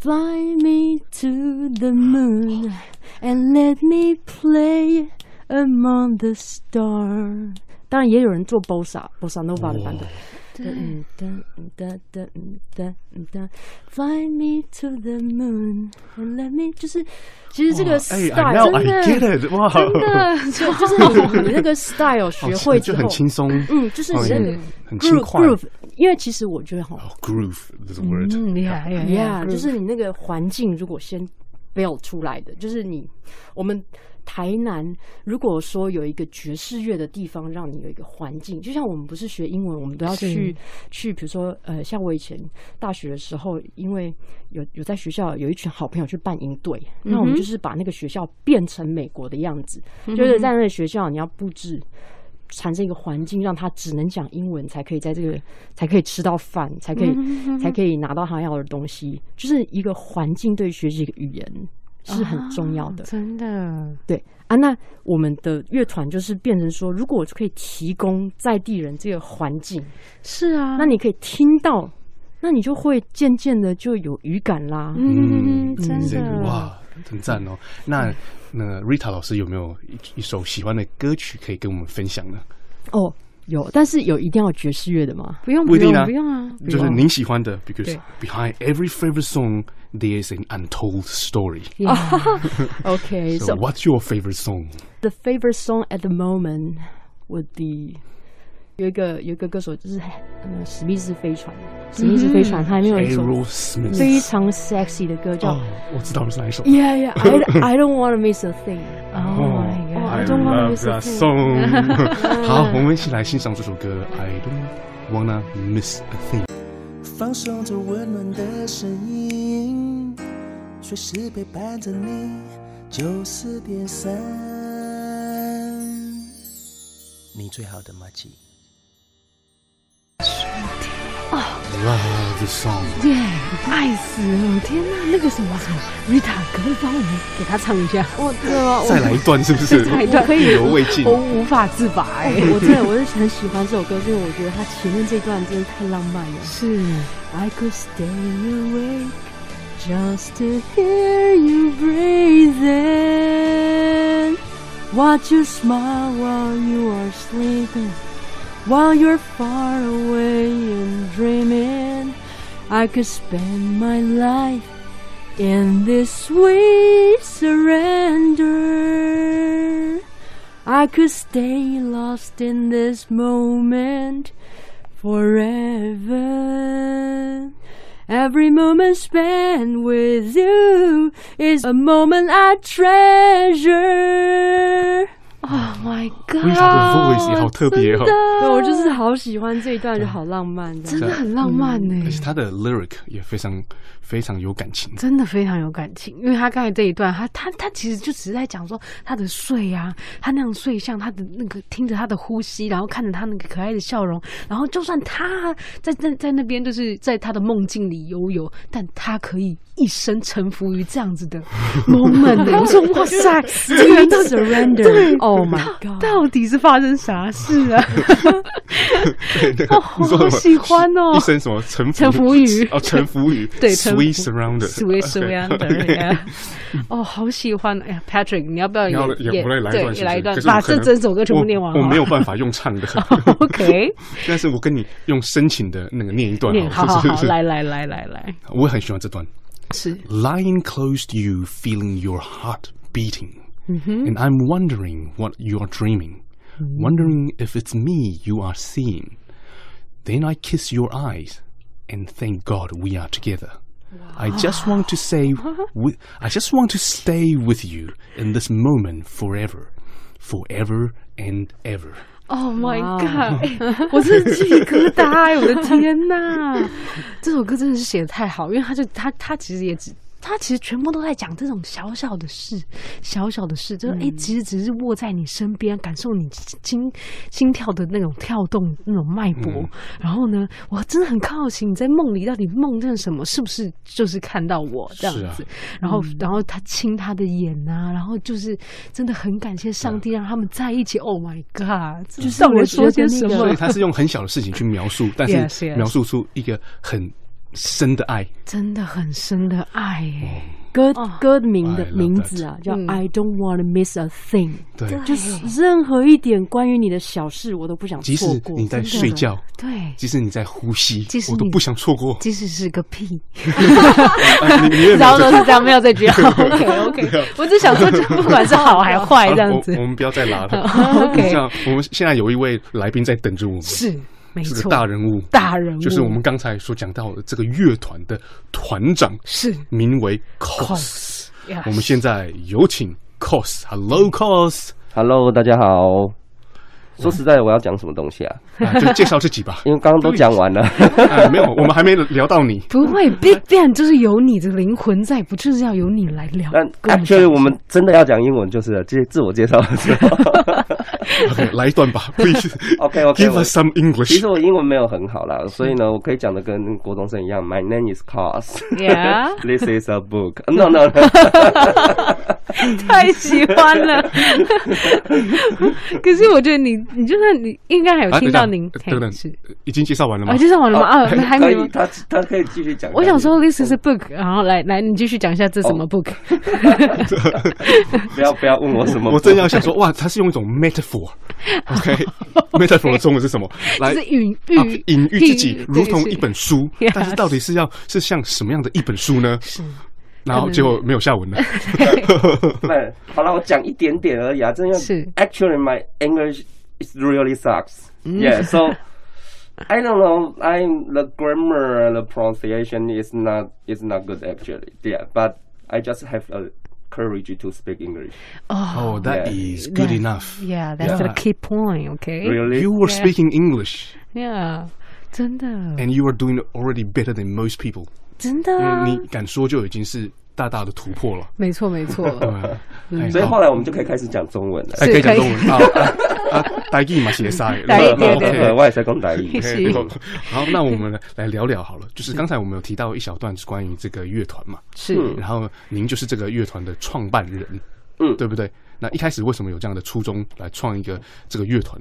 Speaker 5: Fly me to the moon and let me play 嗯 among the stars. 当然也有人做 bossa bossa nova 的版本， Dun, dun, dun, dun, dun, dun. Fly me to the moon and let me 就是，其实这个
Speaker 1: 哎
Speaker 5: style、
Speaker 1: ，I now
Speaker 5: 真
Speaker 1: I
Speaker 5: 的
Speaker 1: get it，哇，
Speaker 5: 真的就就是你你那 个 style 学会
Speaker 1: 就
Speaker 5: 之后，
Speaker 1: 很轻松，
Speaker 5: 嗯，就是
Speaker 1: 哦
Speaker 5: 你那
Speaker 1: 也
Speaker 5: 个
Speaker 1: 很轻
Speaker 5: groove
Speaker 1: 快
Speaker 5: groove，因为其实我觉得哈
Speaker 1: 哦，groove 这种 word，
Speaker 2: 嗯，厉害嗯
Speaker 5: ，yeah，就是你那个环境如果先 build 出来的，就是你我们。台南，如果说有一个爵士乐的地方，让你有一个环境，就像我们不是学英文，我们都要
Speaker 2: 是
Speaker 5: 去去，比如说，呃，像我以前大学的时候，因为有有在学校有一群好朋友去办营队，
Speaker 2: 嗯
Speaker 5: 那我们就是把那个学校变成美国的样子，
Speaker 2: 嗯
Speaker 5: 就是在那个学校你要布置。产生一个环境，让他只能讲英文，才可以在这个，才可以吃到饭，才
Speaker 2: 嗯
Speaker 5: 可以，才可以拿到他要的东西。就是一个环境对于学习一个语言是很重要的。
Speaker 2: 啊真的，
Speaker 5: 对啊，那我们的乐团就是变成说，如果我可以提供在地人这个环境，
Speaker 2: 是啊，
Speaker 5: 那你可以听到，那你就会渐渐的就有语感啦。
Speaker 2: 嗯，真
Speaker 1: 这
Speaker 2: 的
Speaker 1: 哇，很赞哦。那那 Rita 老师有没有一一首喜欢的歌曲可以跟我们分享呢？
Speaker 5: 哦，有，但是有一定要有爵士乐的吗？
Speaker 2: 不用
Speaker 1: 不
Speaker 2: 不
Speaker 1: 一定
Speaker 2: 用
Speaker 1: 啊
Speaker 2: 不用啊，
Speaker 1: 就是您喜欢的
Speaker 2: 对
Speaker 1: ，because behind every favorite song there is an untold story.
Speaker 5: OK，
Speaker 1: So
Speaker 5: so
Speaker 1: what's your favorite song?
Speaker 5: the favorite song at the moment would be 有一个有一个歌手就是呃史密斯飞船，史密斯飞船，他还没有一首
Speaker 1: Aerosmith.
Speaker 5: 非常 sexy 的歌叫
Speaker 1: 嗯哦，我知道是哪一首。Oh,
Speaker 5: Yeah Yeah I I don't want to miss a thing。
Speaker 2: 哦
Speaker 5: 哦
Speaker 1: I
Speaker 5: I don't wanna
Speaker 1: love
Speaker 5: miss a
Speaker 1: that
Speaker 5: thing
Speaker 1: song. 好，我们一起来欣赏这首歌《I Don't Wanna Miss a Thing》。
Speaker 4: 放松着温暖的声音，随时陪伴着你。九四点三，你最好的马吉。
Speaker 1: Love this song.
Speaker 2: 耶，爱死了！天哪，那个什么什么，Rita，可不可以帮我们给他唱一下？
Speaker 5: 哦，对啊，
Speaker 1: 再来一段是不是？
Speaker 2: 再来一段 Oh.
Speaker 1: 我 意犹未 尽
Speaker 2: 我。无法自拔哎、
Speaker 5: 我我真的我是很喜欢这首歌，是因为我觉得它前面这段真的太浪漫了。
Speaker 2: 是
Speaker 5: I could stay awake just to hear you breathing. Watch you smile while you are sleeping, while you're far away and dreaming. I could spend my life in this sweet surrender. I could stay lost in this moment forever. Every moment spent with you is a moment I treasure.
Speaker 2: ，Oh my
Speaker 1: 为啥的
Speaker 2: God，
Speaker 1: voice 也好特别哦，
Speaker 5: 对我就是好喜欢这一段，就好浪漫这
Speaker 2: 真
Speaker 5: 样。
Speaker 2: 的很浪漫欸呢、
Speaker 1: 而且他的 lyric 也非常非常有感情。
Speaker 2: 真的非常有感情，因为他刚才这一段，他他他其实就只是在讲说他的睡啊，他那样睡像他的那个听着他的呼吸，然后看着他那个可爱的笑容，然后就算他在在在那边就是在他的梦境里游游，但他可以一生臣服于这样子的 moment 呢。我说哇 塞，这个人到底
Speaker 5: surrender.
Speaker 2: 对
Speaker 5: Oh my god.
Speaker 2: 到底是发生啥事啊？
Speaker 1: 对，那
Speaker 2: 哦
Speaker 1: 个 你说什么
Speaker 2: 好喜欢哦
Speaker 1: 一生什么臣服
Speaker 2: 臣服于
Speaker 1: 哦，臣服于
Speaker 2: 对臣服
Speaker 1: ，sweet surrounded
Speaker 2: Sweet
Speaker 1: OK，OK
Speaker 2: Surrender，哦，好喜欢！哎呀，Patrick，你要不要
Speaker 1: 你要
Speaker 2: 也
Speaker 1: 也不来来一段
Speaker 2: 对，
Speaker 1: 是不是，
Speaker 2: 也来一段
Speaker 1: 可，是我
Speaker 2: 把
Speaker 1: 可
Speaker 2: 这
Speaker 1: 能
Speaker 2: 整首歌全部
Speaker 1: 我
Speaker 2: 念完。
Speaker 1: 我没
Speaker 2: 有。
Speaker 1: 有办法用唱的
Speaker 2: OK，
Speaker 1: 但是我跟你用深情的那个念一段
Speaker 2: 念好
Speaker 1: 了
Speaker 2: 好
Speaker 1: 是不
Speaker 2: 好，
Speaker 1: 是
Speaker 2: 来来来来来，
Speaker 1: 我很喜欢这段。
Speaker 2: 是
Speaker 1: Lying close to you, feeling your heart beating.
Speaker 2: Mm-hmm.
Speaker 1: And I'm wondering what you're dreaming, wondering if it's me you are seeing. Then I kiss your eyes, and thank God we are together. I just want to say, wi- I just want to stay with you in this moment forever, forever and ever.
Speaker 2: Oh my God，哎 我真的鸡皮疙瘩，哎我的天哪！ 这首歌真的是写的太好，因为他就他他其实也只。他其实全部都在讲这种小小的事，小小的事，就是哎、诶其实只是握在你身边，感受你心心跳的那种跳动、那种脉搏。然后呢，我真的很好奇你在梦里到底梦见什么，是不是就是看到我这样
Speaker 1: 是啊
Speaker 2: 子？然后，然后他亲他的眼啊，然后就是真的很感谢上帝让他们在一起。Oh my god！就是
Speaker 5: 我觉
Speaker 2: 说
Speaker 5: 得
Speaker 2: 些
Speaker 5: 那
Speaker 2: 什
Speaker 5: 个
Speaker 2: 么
Speaker 1: 所以？他是用很小的事情去描述，但
Speaker 2: Yes,
Speaker 1: 是
Speaker 2: yes.
Speaker 1: 描述出一个很深的爱。
Speaker 2: 真的很深的爱耶、
Speaker 5: 歌
Speaker 2: 哦
Speaker 5: 歌名的
Speaker 1: I love
Speaker 5: 名字啊，叫
Speaker 2: 嗯
Speaker 5: I don't want to miss a thing，
Speaker 1: 对，
Speaker 5: 就是任何一点关于你的小事，我都不想
Speaker 1: 即使
Speaker 5: 错过。
Speaker 1: 你在睡觉，
Speaker 2: 对，
Speaker 1: 即使你在呼吸
Speaker 2: 即，使
Speaker 1: 我都
Speaker 2: 你
Speaker 1: 不想错过。
Speaker 2: 即使是个 屁，
Speaker 1: 啊 你你也没
Speaker 2: 然后
Speaker 1: 有
Speaker 2: 都
Speaker 1: 这
Speaker 2: 是这样，没有这句。OK OK，我只想说，这不管是好还坏，
Speaker 1: 好
Speaker 2: 这
Speaker 1: 了
Speaker 2: 样
Speaker 1: 啊我
Speaker 2: 子 啊
Speaker 1: 我们不要再拉 了。
Speaker 2: OK
Speaker 1: 这样，我们现在有一位来宾在等着我们，是
Speaker 2: 是没
Speaker 1: 个
Speaker 2: 错，
Speaker 1: 大人物，
Speaker 2: 大人物
Speaker 1: 就是我们刚才所讲到的这个乐团的团长，
Speaker 2: 是
Speaker 1: 名为
Speaker 2: Cos 嗯
Speaker 1: Cos。我们现在有请 Cos，Hello Cos，
Speaker 6: Hello，大家好。说实在，我要讲什么东西啊？
Speaker 1: 啊，就介绍自己 吧。
Speaker 6: 因为刚刚都讲完了。
Speaker 1: 啊，没有，我们还没聊到你。
Speaker 2: 不会 Big Bang 就是有你的灵魂在，不就是要由你来聊？
Speaker 6: 但
Speaker 2: 跟们
Speaker 6: actually，
Speaker 2: 讲
Speaker 6: 我们真的要讲英文，就是了这自我介绍的时候。
Speaker 1: OK，来一段吧，Please。
Speaker 6: OK，OK，
Speaker 1: Give
Speaker 6: 我
Speaker 1: us some
Speaker 6: 其
Speaker 1: English
Speaker 6: 实。我英文没有很好啦，所以呢，我可以讲的跟国中生一样。My name is Cos.
Speaker 2: Yeah
Speaker 6: This is a book. No, no, no.
Speaker 2: 太喜 欢了。可是我觉得你，你就算你应该还有
Speaker 1: 啊
Speaker 2: 听到您，
Speaker 1: 等一下
Speaker 2: 嘿
Speaker 1: 呃等
Speaker 2: 是
Speaker 1: 等，已经介绍完了吗
Speaker 2: 啊，？介绍完了吗？啊，还没
Speaker 6: 哦可
Speaker 2: 有
Speaker 6: 以，。他他可以哦继续讲下去。
Speaker 2: 我想说，this is a book，然后来来，你继续讲一下这什么 book？
Speaker 6: 不要不要问我什么。
Speaker 1: 我正要 想说，哇，他是用一种 metaphor，OK，metaphor 的中文是 什么？来
Speaker 2: 就是隐
Speaker 1: 啊
Speaker 2: 喻，
Speaker 1: 隐喻自己
Speaker 2: 对
Speaker 1: 如同
Speaker 2: 是
Speaker 1: 一本书
Speaker 2: Yes，
Speaker 1: 但是到底是要是像什么样的一本书呢？
Speaker 2: 是
Speaker 1: 然后结果没有下文了。
Speaker 6: 那好了，我讲一点点而已啊，真的
Speaker 2: 是
Speaker 6: Actually, my English is really sucks.
Speaker 1: Mm.
Speaker 6: Yeah, so I don't know. I'm the grammar, and the pronunciation is not is not good actually. Yeah, but I just have a courage to speak English.
Speaker 2: 哦
Speaker 1: 哦，That
Speaker 6: Yeah.
Speaker 1: is good
Speaker 2: Yeah.
Speaker 1: enough.
Speaker 2: ，yeah that's the
Speaker 1: Yeah.
Speaker 2: key point，OK？
Speaker 6: Really?
Speaker 1: You were
Speaker 2: Yeah.
Speaker 1: speaking English
Speaker 2: Yeah，真的，
Speaker 1: and you were doing already better than most people.
Speaker 2: 真的啊，
Speaker 1: 你敢说就已经是大大的突破了。
Speaker 2: 没错 没错，嗯
Speaker 1: 对哎
Speaker 6: 所以
Speaker 1: 好
Speaker 6: 后来我们就可以开始讲 中文了。
Speaker 1: 哎，
Speaker 2: 是
Speaker 1: 可以讲
Speaker 2: 可以
Speaker 1: 中文啊啊！啊台语嘛，写晒，
Speaker 2: 台语对对对
Speaker 6: 对，我也在讲台 语。
Speaker 2: 是
Speaker 1: 好，那我们来聊聊好了。就是刚才我们有提到一小段是关于这个乐团嘛，
Speaker 2: 是
Speaker 1: 然后您就是这个乐团的创办人，
Speaker 6: 嗯
Speaker 1: 对不对？那一开始为什么有这样的初衷来创一个这个乐团？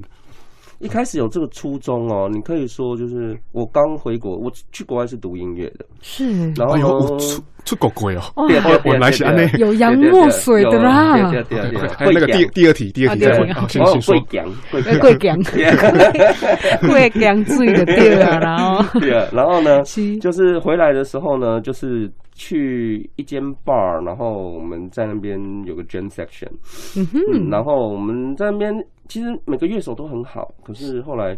Speaker 6: 一开始有这个初衷哦，你可以说就是我刚回国，我去国外是读音乐的，
Speaker 2: 是
Speaker 6: 然后
Speaker 1: 哎呦，我出出狗鬼哦！
Speaker 2: 哇
Speaker 6: 对对
Speaker 1: 我来是安内
Speaker 2: 有洋墨水的啦
Speaker 6: 对对对对对，
Speaker 1: 还哎有那个
Speaker 6: 会
Speaker 1: 第
Speaker 6: 讲
Speaker 1: 第二题，第二题
Speaker 2: 啊
Speaker 1: 再
Speaker 2: 对
Speaker 1: 问，好，先
Speaker 6: 哦
Speaker 1: 先说
Speaker 6: 会。讲会
Speaker 2: 呃
Speaker 6: 讲
Speaker 2: 贵 港， 贵港醉的对了，然后
Speaker 6: 对啊，然后呢
Speaker 2: 是，
Speaker 6: 就是回来的时候呢，就是去一间 bar，然后我们在那边有个 jam section，
Speaker 2: 嗯
Speaker 6: 嗯，
Speaker 2: 哼，
Speaker 6: 然后我们在那边其实每个乐手都很好，可是后来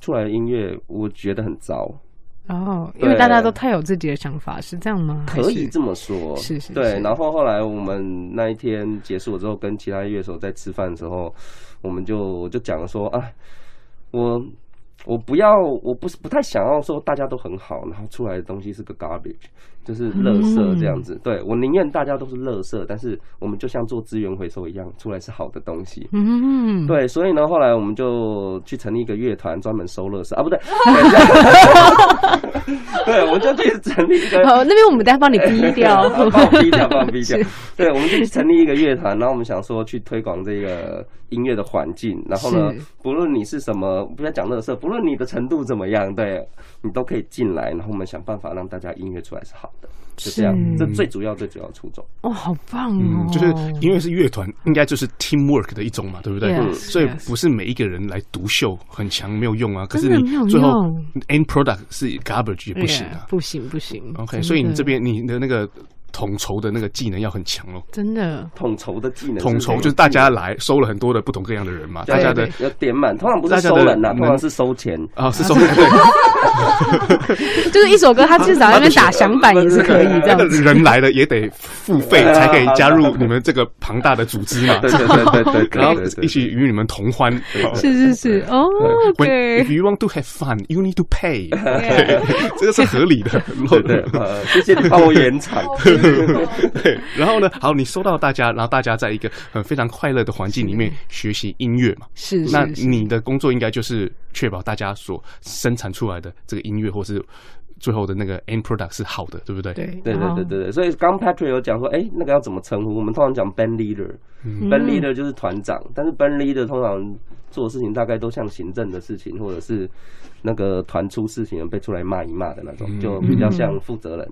Speaker 6: 出来的音乐我觉得很糟，
Speaker 2: 哦，因为
Speaker 6: 对
Speaker 2: 大家都太有自己的想法，是这样吗？还
Speaker 6: 可以
Speaker 2: 是
Speaker 6: 这么说，
Speaker 2: 是是是
Speaker 6: 对。然后后来我们那一天结束之后，跟其他乐手在吃饭的时候，我们就我就讲了说啊，我我不要，我不是不太想要说大家都很好，然后出来的东西是个 garbage，就是垃圾这样子。对我宁愿大家都是垃圾，但是我们就像做资源回收一样，出来是好的东西。
Speaker 2: 嗯，
Speaker 6: 对，所以呢，后来我们就去成立一个乐团，专门收垃圾啊，不对，对，我们就去成立一个
Speaker 2: 好，那边我们等下帮你 逼掉，
Speaker 6: 帮我逼掉，帮我 逼掉
Speaker 2: 是。
Speaker 6: 对，我们就去成立一个乐团，然后我们想说去推广这个音乐的环境。然后呢
Speaker 2: 是，
Speaker 6: 不论你是什么，不要讲乐色，不论你的程度怎么样，对你都可以进来。然后我们想办法让大家音乐出来是好的，就这样
Speaker 2: 是。
Speaker 6: 这最主要、最主要的初衷。
Speaker 2: 哦，好棒
Speaker 1: 嗯
Speaker 2: 哦，，
Speaker 1: 就是因为是乐团，应该就是 teamwork 的一种嘛，对不对
Speaker 6: 嗯
Speaker 2: Yes,
Speaker 1: 所以
Speaker 2: yes.
Speaker 1: 不是每一个人来独秀很强没有用啊。可是
Speaker 2: 真的
Speaker 1: 你
Speaker 2: 没有
Speaker 1: 最后
Speaker 2: 用
Speaker 1: end product 是 garbage 也不行啊
Speaker 2: Yeah，。不行不行
Speaker 1: OK，
Speaker 2: 真
Speaker 1: 所以你
Speaker 2: 的
Speaker 1: 这边你的那个统筹的那个技能要很强哦。
Speaker 2: 真的
Speaker 6: 统筹的技能，
Speaker 1: 统筹就是大家来收了很多的不同各样的人嘛，
Speaker 6: 对
Speaker 1: 大家的
Speaker 6: 对要点满，通常不是
Speaker 1: 大家
Speaker 6: 收
Speaker 1: 的
Speaker 6: 人呐，
Speaker 1: 能
Speaker 6: 通常是收钱。
Speaker 1: 啊是收对
Speaker 2: 就是一首歌，他至少在那边打响板 也是可以这
Speaker 1: 那个
Speaker 2: 样子。
Speaker 1: 人来了也得付费
Speaker 6: 对啊
Speaker 1: 才可以加入你们这个庞大的组织嘛
Speaker 6: 对，对对对对，对
Speaker 1: 然后
Speaker 6: 对对
Speaker 1: 一起与你们同欢。
Speaker 2: 是是是，哦
Speaker 1: When if
Speaker 2: ，OK，
Speaker 1: you want to have fun, you need to pay，
Speaker 2: Yeah
Speaker 1: 这个是合理的。
Speaker 6: 对对，呃谢谢你帮我圆场。
Speaker 1: 对，然后呢，好，你收到大家，然后大家在一个很非常快乐的环境里面学习音乐嘛。
Speaker 2: 是
Speaker 1: 那嗯
Speaker 2: 是是，
Speaker 1: 你的工作应该就是确保大家所生产出来的这个音乐，或是最后的那个 end product 是好的，对不对？
Speaker 2: 对
Speaker 6: 对对对，对对，所以刚 Patrick 有讲说，哎、那个
Speaker 2: 嗯
Speaker 6: 要怎么称呼？我们通常讲 band leader，band、leader 就是团长，但是 band leader 通常做的事情大概都像行政的事情，或者是那个团出事情了被出来骂一骂的那
Speaker 2: 嗯
Speaker 6: 种，就比较像负责人。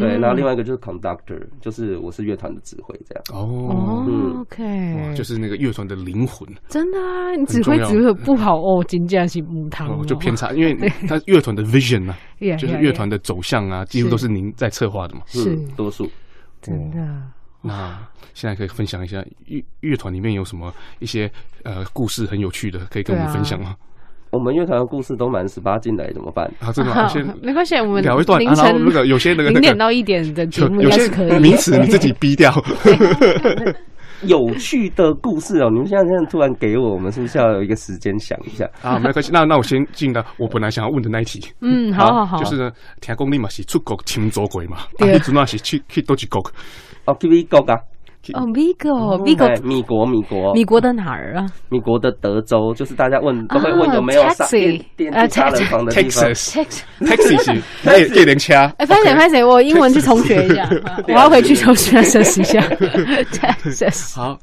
Speaker 6: 对，然后另外一个就是 conductor，就是我是乐团的指挥这样。
Speaker 1: 哦，
Speaker 2: 哦
Speaker 6: 嗯
Speaker 1: 哇
Speaker 2: ，OK，
Speaker 1: 就是那个乐团的灵魂，
Speaker 2: 真的啊，你指挥
Speaker 1: 重要
Speaker 2: 指挥不好哦，金价是母汤
Speaker 1: 哦
Speaker 2: 哦，
Speaker 1: 就偏 差，因为他乐团的 vision 啊，
Speaker 2: Yeah,
Speaker 1: 就是
Speaker 2: yeah,
Speaker 1: 乐团的走向啊，几乎
Speaker 2: 是
Speaker 1: 都是您在策划的嘛。
Speaker 2: 是
Speaker 6: 嗯，多数。
Speaker 2: 真的。啊
Speaker 1: 那现在可以分享一下乐乐团里面有什么一些呃故事很有趣的，可以跟我们
Speaker 2: 对啊
Speaker 1: 分享吗？
Speaker 6: 我们乐团的故事都满十八进来怎么办？
Speaker 1: 啊，真的吗
Speaker 2: 好
Speaker 1: 先，
Speaker 2: 没关系，我们
Speaker 1: 聊一段，
Speaker 2: 凌
Speaker 1: 啊然后
Speaker 2: 晨
Speaker 1: 那个有些那个
Speaker 2: 零
Speaker 1: 那
Speaker 2: 点
Speaker 1: 个
Speaker 2: 到一点的节目
Speaker 1: 有
Speaker 2: 应
Speaker 1: 有
Speaker 2: 该
Speaker 1: 些
Speaker 2: 是可以
Speaker 1: 名词你自己逼掉，
Speaker 6: 有趣的故事哦、你们现在这样突然给我，我们是不是要有一个时间想一下？
Speaker 1: 啊，没关系。那那我先进到我本来想要问的那一题，啊
Speaker 2: 嗯，好好好，
Speaker 1: 就是呢，听讲你嘛是出国亲走鬼嘛，啊，
Speaker 2: 对
Speaker 1: 你主要是去去多几国，
Speaker 6: 哦，TV 高啊，
Speaker 2: 哦，Vigo，Vigo，
Speaker 1: 嗯
Speaker 6: 哎米国，米国，
Speaker 2: 米国的哪儿啊
Speaker 6: 米国的德州，就是大家问都会问
Speaker 2: 啊
Speaker 6: 有没有杀
Speaker 2: taxi
Speaker 6: 电电
Speaker 2: 啊
Speaker 6: 击杀人狂的地方？
Speaker 1: Texas
Speaker 2: ？Tex，
Speaker 1: Texas 是夜夜连车，
Speaker 2: 哎，拍谁拍谁，我英文去重学一下，啊我要回去重新休息一下。Texas，
Speaker 1: 好，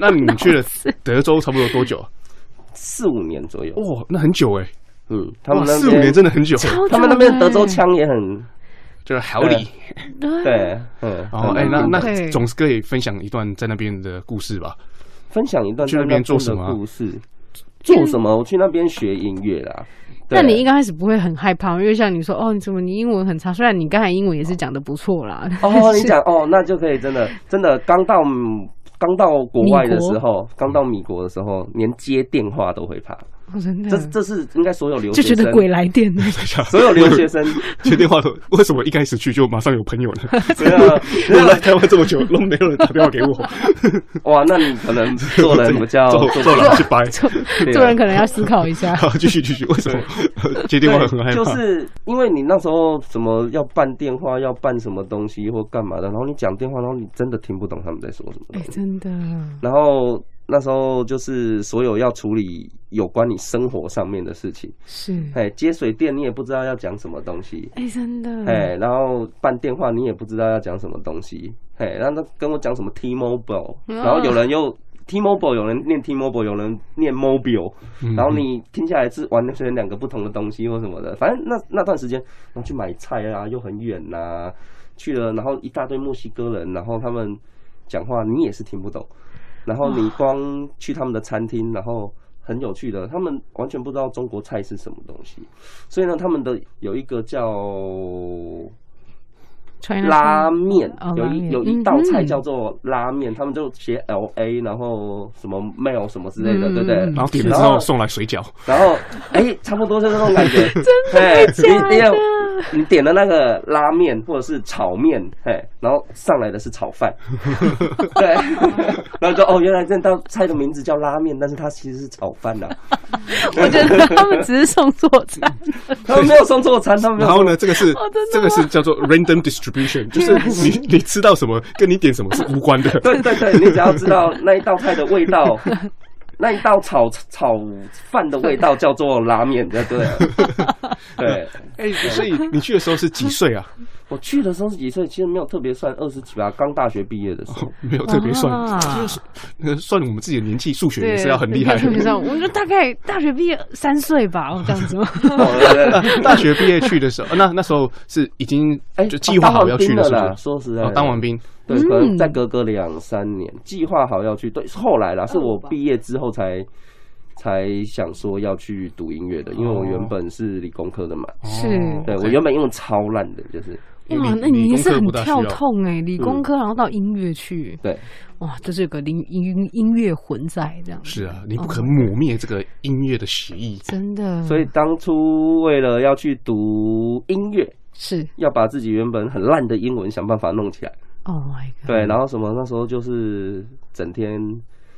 Speaker 1: 那你去了德州差不多多久？啊
Speaker 6: 四五年左右，
Speaker 1: 哇，那很久哎，
Speaker 6: 嗯，他
Speaker 1: 哇，
Speaker 6: 们那
Speaker 1: 四五年
Speaker 6: 边
Speaker 1: 真的很久，欸
Speaker 2: 超
Speaker 6: 他们那边德州腔也很
Speaker 1: 就是好理。
Speaker 2: 对
Speaker 6: 对，嗯，
Speaker 1: 哦，
Speaker 6: 很
Speaker 1: 哎，那
Speaker 2: 对
Speaker 1: 那总是可以分享一段在那边的故事吧？
Speaker 6: 分享一段
Speaker 1: 去那边做什么啊
Speaker 6: 在那边的故事，做什么？我去那边学音乐啦。
Speaker 2: 那你一
Speaker 6: 应
Speaker 2: 刚开始不会很害怕，因为像你说，哦，你怎么你英文很差？虽然你刚才英文也是讲的不错啦，
Speaker 6: 哦，你讲哦，那就可以真的真的刚到嗯刚到国外的时候，刚到米国的时候，连接电话都会怕。
Speaker 2: 我 真的
Speaker 6: 哦这这是应该所有留
Speaker 2: 嗯就
Speaker 6: 学
Speaker 2: 觉
Speaker 6: 生啊
Speaker 2: 得鬼来 电了。
Speaker 6: 所有留学 生
Speaker 1: 接电话都为什么一开始去就马上有朋 友呢？
Speaker 6: 对啊，
Speaker 1: 我来台湾这么久都没有人打电话给我，
Speaker 6: 哇，那你 可能做人比较
Speaker 1: 走走了去 掰。
Speaker 6: 对啊
Speaker 2: 做人可能要思考一 下。
Speaker 1: 好， 继续继续，为什么 接电话很害怕？
Speaker 6: 就是因为你那时候什么要办电话，要办什么东西或干嘛的，然后你讲电话，然后你真的听不懂他们在说什么
Speaker 2: 哎
Speaker 6: 东，西。
Speaker 2: 真的，
Speaker 6: 然后那时候就是所有要处理有关你生活上面的事情，
Speaker 2: 是，
Speaker 6: 哎，接水电你也不知道要讲什么东西，
Speaker 2: 哎，真的，
Speaker 6: 哎，然后办电话你也不知道要讲什么东西，哎，然后他跟我讲什么 T-Mobile，然后有人又 T-Mobile，有人念 T-Mobile，有人念 mobile，然后你听下来是完全两个不同的东西或什么的，反正那那段时间，然后去买菜啊，又很远呐、去了，然后一大堆墨西哥人，然后他们讲话你也是听不懂，然后你光去他们的餐厅，然后很有趣的，他们完全不知道中国菜是什么东西，所以呢，他们的有一个叫
Speaker 2: 传
Speaker 6: 拉面
Speaker 2: 嗯哦，
Speaker 6: 有
Speaker 2: 拉
Speaker 6: 一
Speaker 2: 面
Speaker 6: 有一道菜
Speaker 2: 嗯
Speaker 6: 叫做拉面，他们就写 L A，然后什么 mail 什么之类的，
Speaker 2: 嗯
Speaker 6: 对不对？
Speaker 1: 然后点了之后送来水 饺，
Speaker 6: 然后哎，差不多就是那种感 觉，哎，你你有你点了那个拉面或者是炒面，哎，然后上来的是炒饭， 对，然后就哦，原来这道菜的名字叫拉面，但是它其实是炒饭 啊呐、
Speaker 2: 我觉得他们只是送错 餐，
Speaker 6: 他们没有送错餐，他们没有
Speaker 1: 然后呢，这个 是
Speaker 6: 哦
Speaker 2: 真的
Speaker 1: 这个是叫做 random distribution，就是你你吃到什么跟你点什么是无关的。
Speaker 6: 对对对，你只要知道那一道菜的味道，那一道炒炒饭的味道叫做拉面，对不对？对，
Speaker 1: 哎，所以你去的时候是几 岁啊？
Speaker 6: 我去的时候是几岁？其实没有特别算，二十几吧，刚大学毕业的时候。
Speaker 1: 没有特别算
Speaker 6: 啊
Speaker 2: 哇，
Speaker 1: 就是呃算我们自己的年纪，数学也
Speaker 2: 对，
Speaker 1: 是要很厉害。
Speaker 2: 特别上，我就大概大学毕业三岁 吧，我这样子吗。
Speaker 6: 哦对对对
Speaker 1: 大学毕业去的时候，那那时候是已经
Speaker 6: 哎，
Speaker 1: 就计划好要去
Speaker 6: 当完兵
Speaker 1: 是
Speaker 6: 了啦。
Speaker 1: 不是？
Speaker 6: 说实在
Speaker 1: 哦
Speaker 6: 的，，
Speaker 1: 当完兵，
Speaker 6: 对，可能再隔个两三年，计划好要去。对，是后来啦，是我毕业之后才才想说要去读音乐的，因为我原本是理工科的嘛。
Speaker 2: 是
Speaker 1: 哦
Speaker 6: 对
Speaker 1: OK
Speaker 6: 我原本英文超烂的，就是
Speaker 1: 因为
Speaker 2: 哇，
Speaker 1: 理
Speaker 2: 那你
Speaker 1: 理
Speaker 2: 也
Speaker 1: 工
Speaker 2: 是
Speaker 1: 科
Speaker 2: 很
Speaker 1: 不大需要
Speaker 2: 跳痛哎、理工科然后到音乐去，
Speaker 6: 嗯对。
Speaker 2: 哇，就是有个音音音乐魂在这样，
Speaker 1: 是啊，你不可抹灭这个音乐的协议。
Speaker 2: 真的，
Speaker 6: 所以当初为了要去读音乐，
Speaker 2: 是
Speaker 6: 要把自己原本很烂的英文想办法弄起来。
Speaker 2: Oh my God，
Speaker 6: 对，然后什么那时候就是整天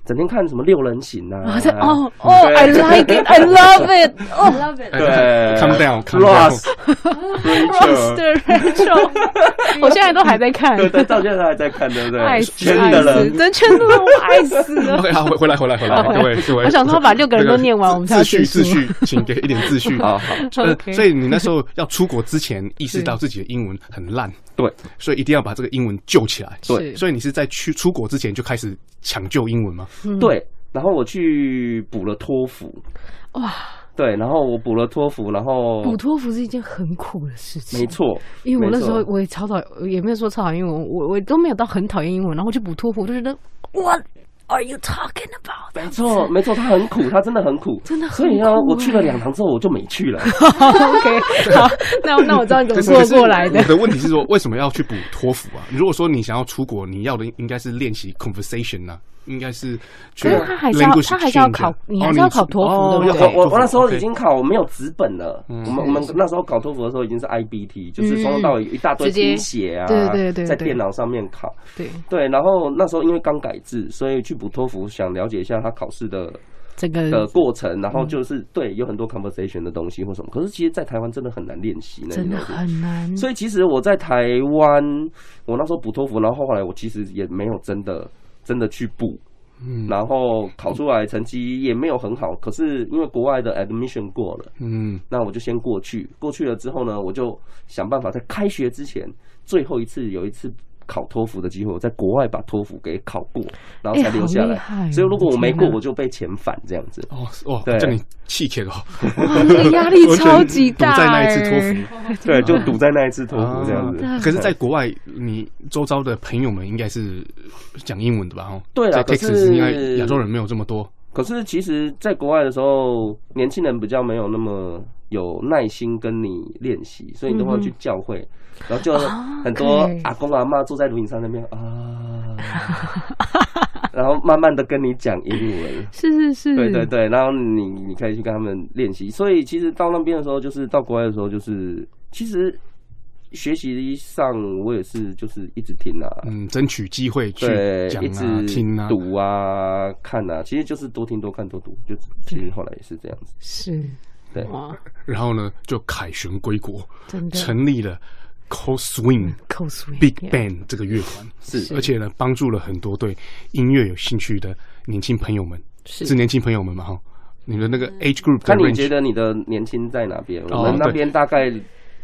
Speaker 6: 整天看什么六人行啊
Speaker 2: 然后，在 哦哦，I like it，I love it，哦
Speaker 1: 对
Speaker 6: 对
Speaker 1: c o m down，calm down。
Speaker 6: ，Ross，
Speaker 2: ，Roster Rachel，我现在都还在看，
Speaker 6: 对对，到现在还在看，对不对？
Speaker 2: 爱死
Speaker 6: 圈
Speaker 2: 爱
Speaker 6: 的
Speaker 2: 死，
Speaker 6: 人，
Speaker 2: 真圈的人我爱死 了。
Speaker 1: OK，好，回回来回来回来，各位各位。
Speaker 2: 我想说把六个人都念完我们才
Speaker 1: 秩
Speaker 2: 要
Speaker 1: 序
Speaker 2: 结束
Speaker 1: 秩序，请给一点秩 序。
Speaker 6: 好好，
Speaker 1: 呃
Speaker 2: OK，
Speaker 1: 所以 你那时候要出国之 前，意识到自己的英文很烂，
Speaker 6: 对，
Speaker 1: 所以一定要把这个英文救起来。
Speaker 2: 对嗯
Speaker 1: 所以你是在去出国之前就开始抢救英文吗？
Speaker 6: 对，然后我去补了托福，
Speaker 2: 哇，
Speaker 6: 对，然后我补了托福，然后
Speaker 2: 补托福是一件很苦的事情。
Speaker 6: 没。错，
Speaker 2: 因为我
Speaker 6: 没
Speaker 2: 那时候
Speaker 6: 错
Speaker 2: 我也超讨，也没有说超讨厌英文，我我都没有到很讨厌英文，然后去补托福，我就觉得 What are you talking about？
Speaker 6: 没错，没错，他很苦，他真的很苦，
Speaker 2: 真的很
Speaker 6: 所以呢，
Speaker 2: 苦
Speaker 6: 我去了
Speaker 2: 欸
Speaker 6: 两堂之后，我就没去了。
Speaker 2: 哦 OK，好，那那我知道你怎么
Speaker 1: 可是
Speaker 2: 过过来的
Speaker 1: 可。是我的问题是说，为什么要去补托福啊？如果说你想要出国，你要的应该是练习 conversation 啊，应该是去
Speaker 2: 可是他还是要
Speaker 1: language
Speaker 2: 他还是要
Speaker 1: exchange
Speaker 2: 考
Speaker 1: 啊
Speaker 2: 你
Speaker 1: 哦
Speaker 2: 还是要考托福
Speaker 1: 哦
Speaker 2: 对不
Speaker 1: 要
Speaker 2: 对
Speaker 1: 考
Speaker 6: 我我
Speaker 1: 托福
Speaker 6: 我那时候已
Speaker 1: OK
Speaker 6: 经考，我没有纸本了。
Speaker 1: 嗯
Speaker 6: 我们我们那时候考托福的时候已经是 IBT，就是从头到尾一大
Speaker 2: 嗯
Speaker 6: 堆
Speaker 2: 直接
Speaker 6: 拼写啊，
Speaker 2: 对对对
Speaker 6: 在
Speaker 2: 对
Speaker 6: 电脑上面考。
Speaker 2: 对，
Speaker 6: 对，然后那时候因为刚改制，所以去补托福，想了解一下他考试的
Speaker 2: 这
Speaker 6: 的
Speaker 2: 个
Speaker 6: 过程，
Speaker 2: 嗯
Speaker 6: 然后就是对有很多 conversation 的东西或什么。可是其实，在台湾真的很难练习那些
Speaker 2: 真
Speaker 6: 东
Speaker 2: 的
Speaker 6: 西。
Speaker 2: 很难。
Speaker 6: 所以其实我在台湾，我那时候补托福，然后后来我其实也没有真的真的去补，
Speaker 1: 嗯
Speaker 6: 然后考出来成绩也没有很好，可是因为国外的 admission 过了，
Speaker 1: 嗯
Speaker 6: 那我就先过去。过去了之后呢，我就想办法在开学之前最后一次有一次考托福的机会，我在国外把托福给考过，然后才
Speaker 2: 哎
Speaker 6: 留下
Speaker 2: 好厉
Speaker 6: 来。
Speaker 2: 害哦
Speaker 6: 所以如果我没过，
Speaker 2: 天哪
Speaker 6: 我就被遣返这样子。
Speaker 1: 哦哦，
Speaker 6: 对
Speaker 1: 叫你气切哦，
Speaker 2: 哇，那个压力
Speaker 1: 完全
Speaker 2: 超级大、
Speaker 1: 堵在那一次托
Speaker 2: 欸
Speaker 1: 福。
Speaker 6: 对，就赌在那一次托福这样子。
Speaker 1: 啊可是，在国外，你周遭的朋友们应该是讲英文的吧？哦，
Speaker 6: 对
Speaker 1: 在
Speaker 6: 啦可
Speaker 1: Texas
Speaker 6: 是
Speaker 1: 应该亚洲人没有这么多。
Speaker 6: 可是其实，在国外的时候，年轻人比较没有那么有耐心跟你练习，所以你都会去教会，然后就
Speaker 2: 啊
Speaker 6: 很多
Speaker 2: 对
Speaker 6: 阿公阿妈坐在轮椅上那边啊，然后慢慢的跟你讲英文。
Speaker 2: 是是是，
Speaker 6: 对对对，然后你你可以去跟他们练习，所以其实到那边的时候，就是到国外的时候，就是其实学习上我也是就是一直听啊，
Speaker 1: 嗯，争取机会去
Speaker 6: 对，
Speaker 1: 讲
Speaker 6: 一
Speaker 1: 啊、听
Speaker 6: 直
Speaker 1: 啊。
Speaker 6: 读啊、看啊，其实就是多听、多看、多读，就其实后来也是这样子。
Speaker 2: 是，
Speaker 6: 对
Speaker 2: 哇，
Speaker 1: 然后呢，就凯旋归国，
Speaker 2: 真的
Speaker 1: 成立了 Cold Swing
Speaker 2: 口水
Speaker 1: Big Band 这个乐团，
Speaker 6: 是
Speaker 1: 而且呢，帮助了很多对音乐有兴趣的年轻朋友们，
Speaker 2: 是
Speaker 1: 年轻朋友们嘛哈。你的那个 age group 的
Speaker 6: 看嗯你
Speaker 1: range
Speaker 6: 觉得你的年轻在哪边？
Speaker 1: 哦
Speaker 6: 我们那
Speaker 1: 对
Speaker 6: 边大概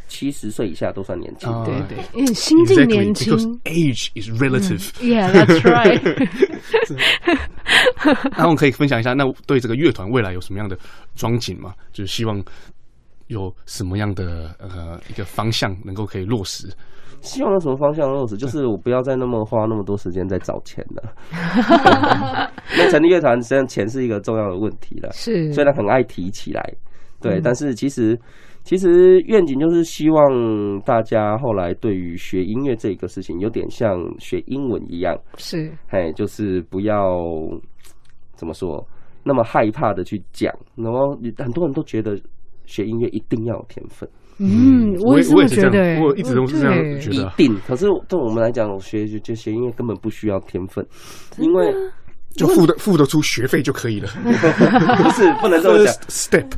Speaker 6: 七十岁以下都算年轻。
Speaker 1: 啊
Speaker 2: 对对，因为心境
Speaker 1: Exactly,
Speaker 2: 年轻。
Speaker 1: because age is relative、
Speaker 2: Yeah, that's right
Speaker 1: 然后可以分享一下，那对这个乐团未来有什么样的装景吗？就是希望有什么样的呃一个方向能够可以落实。
Speaker 6: 希望有什么方向落实？就是我不要再那么花那么多时间在找钱了。 那成立乐团，实际上钱是一个重要的问题了。
Speaker 2: 是，
Speaker 6: 虽然很爱提起来，
Speaker 1: 嗯
Speaker 6: 对，但是其实其实愿景就是希望大家后来对于学音乐这个事情，有点像学英文一样，
Speaker 2: 是
Speaker 6: 嘿，就是不要怎么说那么害怕的去讲，然后很多人都觉得学音乐一定要有天分，
Speaker 2: 嗯，
Speaker 1: 我
Speaker 2: 也是
Speaker 1: 我也
Speaker 2: 么
Speaker 1: 是这
Speaker 2: 觉
Speaker 1: 样
Speaker 2: 得欸，
Speaker 1: 我一直都是这样觉
Speaker 6: 一
Speaker 1: 得啊，
Speaker 6: 定。可是对我们来讲，学学学音乐根本不需要天分，因为
Speaker 1: 就付得付得出学费就可 以了。
Speaker 6: 不是不能 这么讲哎
Speaker 1: First。step，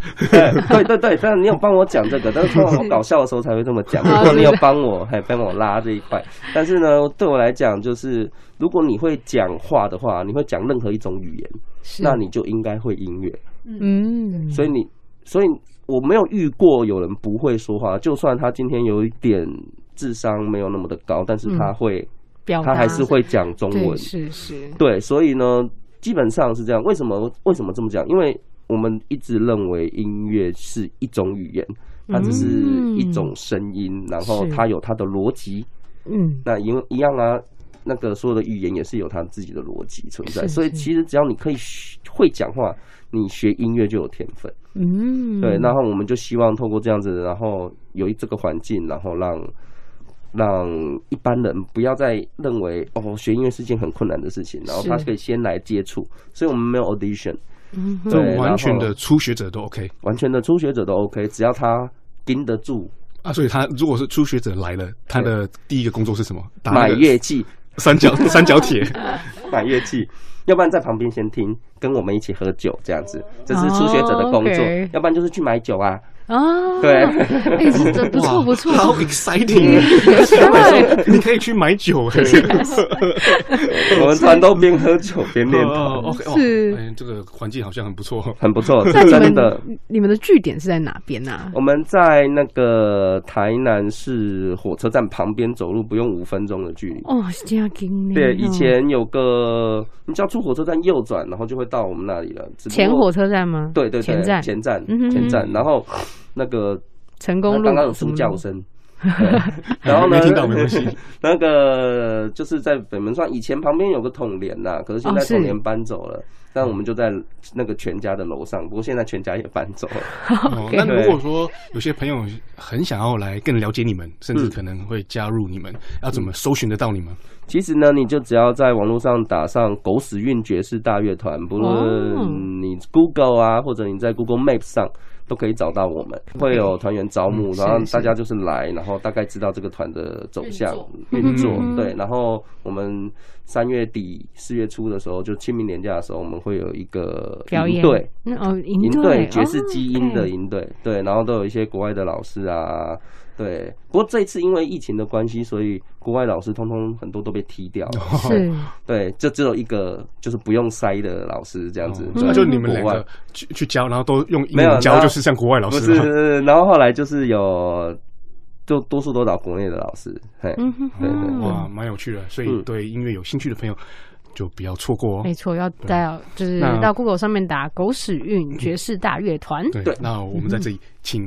Speaker 6: 对对对，但是你有帮我讲这个，但是通常我搞笑的时候才会这么讲。如果你有帮我，还帮我拉这一块，但是呢，对我来讲，就是如果你会讲话的话，你会讲任何一种语言，
Speaker 2: 是
Speaker 6: 那你就应该会音乐。
Speaker 2: 嗯，
Speaker 6: 所以你，所以我没有遇过有人不会说话，就算他今天有一点智商没有那么的高，但是他会，
Speaker 2: 嗯表
Speaker 6: 他
Speaker 2: 达
Speaker 6: 还是会讲中
Speaker 2: 对，
Speaker 6: 文。
Speaker 2: 是是，
Speaker 6: 对，所以呢，基本上是这样。为什么为什么这么讲？因为我们一直认为音乐是一种语言，它只是一种声音，然后
Speaker 2: 嗯是
Speaker 6: 它有它的逻辑。
Speaker 2: 嗯，
Speaker 6: 那因为一样啊，那个所有的语言也是有它自己的逻辑存在。
Speaker 2: 是
Speaker 6: 所以
Speaker 2: 是
Speaker 6: 其实只要你可以学会讲话，你学音乐就有天分。
Speaker 2: 嗯，
Speaker 6: 对，然后我们就希望透过这样子，然后有这个环境，然后让让一般人不要再认为哦，学音乐是件很困难的事情，然后他
Speaker 2: 是
Speaker 6: 可以先来接触，所以我们没有 audition，
Speaker 2: 嗯哼
Speaker 1: 这
Speaker 6: 对
Speaker 1: 完全
Speaker 6: 然
Speaker 1: 的
Speaker 6: 后
Speaker 1: 初学者都 OK
Speaker 6: 完全的初学者都 OK，只要他盯得住
Speaker 1: 啊。所以他如果是初学者来了，他的第一个工作是什么？打那
Speaker 6: 买
Speaker 1: 个
Speaker 6: 乐器，
Speaker 1: 三角三角 铁。
Speaker 6: 买乐器。要不然在旁边先听，跟我们一起喝酒这样子，这是初学者的工
Speaker 2: 哦
Speaker 6: 作。
Speaker 2: ，OK
Speaker 6: 要不然就是去买酒啊，
Speaker 2: 啊，
Speaker 6: 对
Speaker 2: 哎，这这不错不错，
Speaker 1: 好 exciting！对，你可以去买酒哎。
Speaker 6: 我们团都边喝酒边练 团，
Speaker 1: 哦，OK，哦
Speaker 2: 是
Speaker 1: 哎，这个环境好像很不错。哦
Speaker 6: 很不错，是
Speaker 7: 那你
Speaker 6: 真的。
Speaker 7: 们你们的据点是在哪边啊？
Speaker 6: 我们在那个台南市火车站旁边，走路不用五分钟的距离。
Speaker 7: 哦，是这样近呢
Speaker 6: 对，以
Speaker 7: 哦
Speaker 6: 前有个，你只要出火车站右转，然后就会到我们那里了。只不过
Speaker 2: 前火车站吗？
Speaker 6: 对对对，
Speaker 2: 前站
Speaker 6: 前站
Speaker 7: 嗯哼
Speaker 6: 前站，然后那个
Speaker 7: 成功路
Speaker 6: 刚刚有
Speaker 7: 什么
Speaker 6: 呼
Speaker 7: 路
Speaker 6: 叫声。对然后呢？
Speaker 1: 没听到没关系。
Speaker 6: 那个就是在北门上，以前旁边有个统联呐，可是现
Speaker 7: 哦
Speaker 6: 在
Speaker 7: 是
Speaker 6: 统联搬走了，但我们就在那个全家的楼上。不过现在全家也搬走了。
Speaker 1: 哦，那如果说有些朋友很想要来更了解你们，甚至
Speaker 6: 嗯
Speaker 1: 可能会加入你们，要怎么搜寻得到你们？
Speaker 6: 其实呢，你就只要在网络上打上“狗屎运爵士大乐团”，不
Speaker 7: 哦
Speaker 6: 论你 Google 啊，或者你在 Google Maps 上。都可以找到我们，会有团员招募，然后
Speaker 7: 是
Speaker 6: 大家就是来，然后大概知道这个团的走向
Speaker 1: 运
Speaker 6: 运作
Speaker 1: 作嗯，
Speaker 6: 对。然后我们三月底四月初的时候，就清明年假的时候，我们会有一个
Speaker 2: 表
Speaker 6: 营
Speaker 2: 演
Speaker 6: 队，
Speaker 2: 那哦，
Speaker 6: 营
Speaker 2: 营
Speaker 6: 队
Speaker 2: 队
Speaker 6: 爵士
Speaker 2: 哦
Speaker 6: 基因的
Speaker 2: OK
Speaker 6: 营队，对，然后都有一些国外的老师啊，对。不过这一次因为疫情的关系，所以国外老师通通很多都被踢掉
Speaker 1: 哦
Speaker 6: 了，
Speaker 2: 是
Speaker 6: 对，就只有一个就是不用筛的老师这样子，
Speaker 2: 嗯
Speaker 1: 那哦啊就你们
Speaker 6: 国
Speaker 1: 两
Speaker 6: 外
Speaker 1: 个去去教，然后都用英
Speaker 6: 没有
Speaker 1: 文教，
Speaker 6: 那
Speaker 1: 就是像国外老
Speaker 6: 不
Speaker 1: 师吗？
Speaker 6: 是，然后后来就是有，就多数都找国内的老师，嘿，
Speaker 2: 嗯哼
Speaker 6: 对对
Speaker 2: 哼，
Speaker 1: 哇，蛮有趣的。所以
Speaker 6: 嗯
Speaker 1: 对音乐有兴趣的朋友就不要错过哦
Speaker 2: 没。错，要到就是
Speaker 1: 那
Speaker 2: 到 Google 上面打“狗屎运爵士大乐团
Speaker 1: 对，那我们在这里请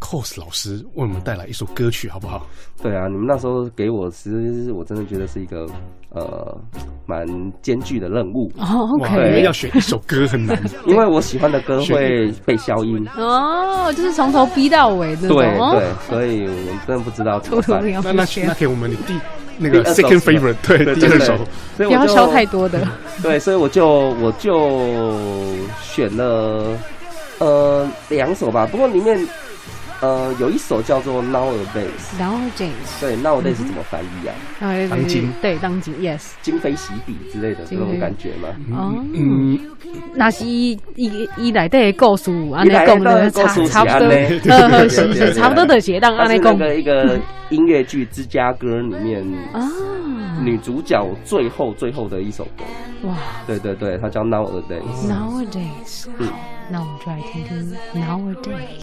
Speaker 1: cos 老师为我们带来一首歌曲，好不好？
Speaker 6: 对啊，你们那时候给我，其实我真的觉得是一个呃蛮艰巨的任务”。。
Speaker 2: 哦
Speaker 1: 哇，你们
Speaker 2: ，OK，
Speaker 1: 要选一首歌很 难。
Speaker 6: 因为我喜欢的歌会被消音，
Speaker 2: 哦，就是从头逼到尾那
Speaker 6: 对
Speaker 2: 种哦，
Speaker 6: 对，所以我真的不知道怎
Speaker 2: 偷
Speaker 6: 么
Speaker 2: 偷
Speaker 6: 办
Speaker 2: 的。要
Speaker 1: 那那
Speaker 2: 学
Speaker 1: 那，给我们你第那
Speaker 6: 第
Speaker 1: 个
Speaker 6: 二首
Speaker 1: second
Speaker 6: 是吧
Speaker 1: favorite，对，第
Speaker 6: 对
Speaker 1: 二
Speaker 6: 对
Speaker 1: 首。
Speaker 6: 所以
Speaker 2: 不
Speaker 6: 我
Speaker 2: 要
Speaker 6: 就
Speaker 2: 消太多的，
Speaker 6: 对，所以我就我就选了呃两首吧，不过里面呃有一首叫做 Nowadays，
Speaker 2: 然后 James，
Speaker 6: 对
Speaker 2: 嗯
Speaker 6: Nowadays 怎么翻译啊？
Speaker 2: 然后
Speaker 1: 当今
Speaker 2: 对当今 Yes，
Speaker 6: 今非昔比之类的这
Speaker 2: 今非
Speaker 6: 种感觉嘛。
Speaker 2: 哦，
Speaker 1: 嗯，
Speaker 2: 那是伊伊伊内底的故事，安尼
Speaker 6: 内
Speaker 2: 讲的
Speaker 6: 底的
Speaker 2: 差
Speaker 6: 故事
Speaker 2: 差不
Speaker 6: 是安 尼
Speaker 2: 多，呵呵，
Speaker 6: 对
Speaker 2: 是
Speaker 6: 对
Speaker 2: 是
Speaker 6: 对
Speaker 2: 差不多的是当
Speaker 6: 它
Speaker 2: 安
Speaker 6: 是
Speaker 2: 尼
Speaker 6: 那
Speaker 2: 讲
Speaker 6: 个一个音乐剧《芝加哥》里 面
Speaker 2: 啊，
Speaker 6: 女主角最后最后的一首歌，
Speaker 2: 哇
Speaker 6: 对对对，它叫 Nowadays。嗯
Speaker 2: ，Nowadays，那我们就来听听 Nowadays。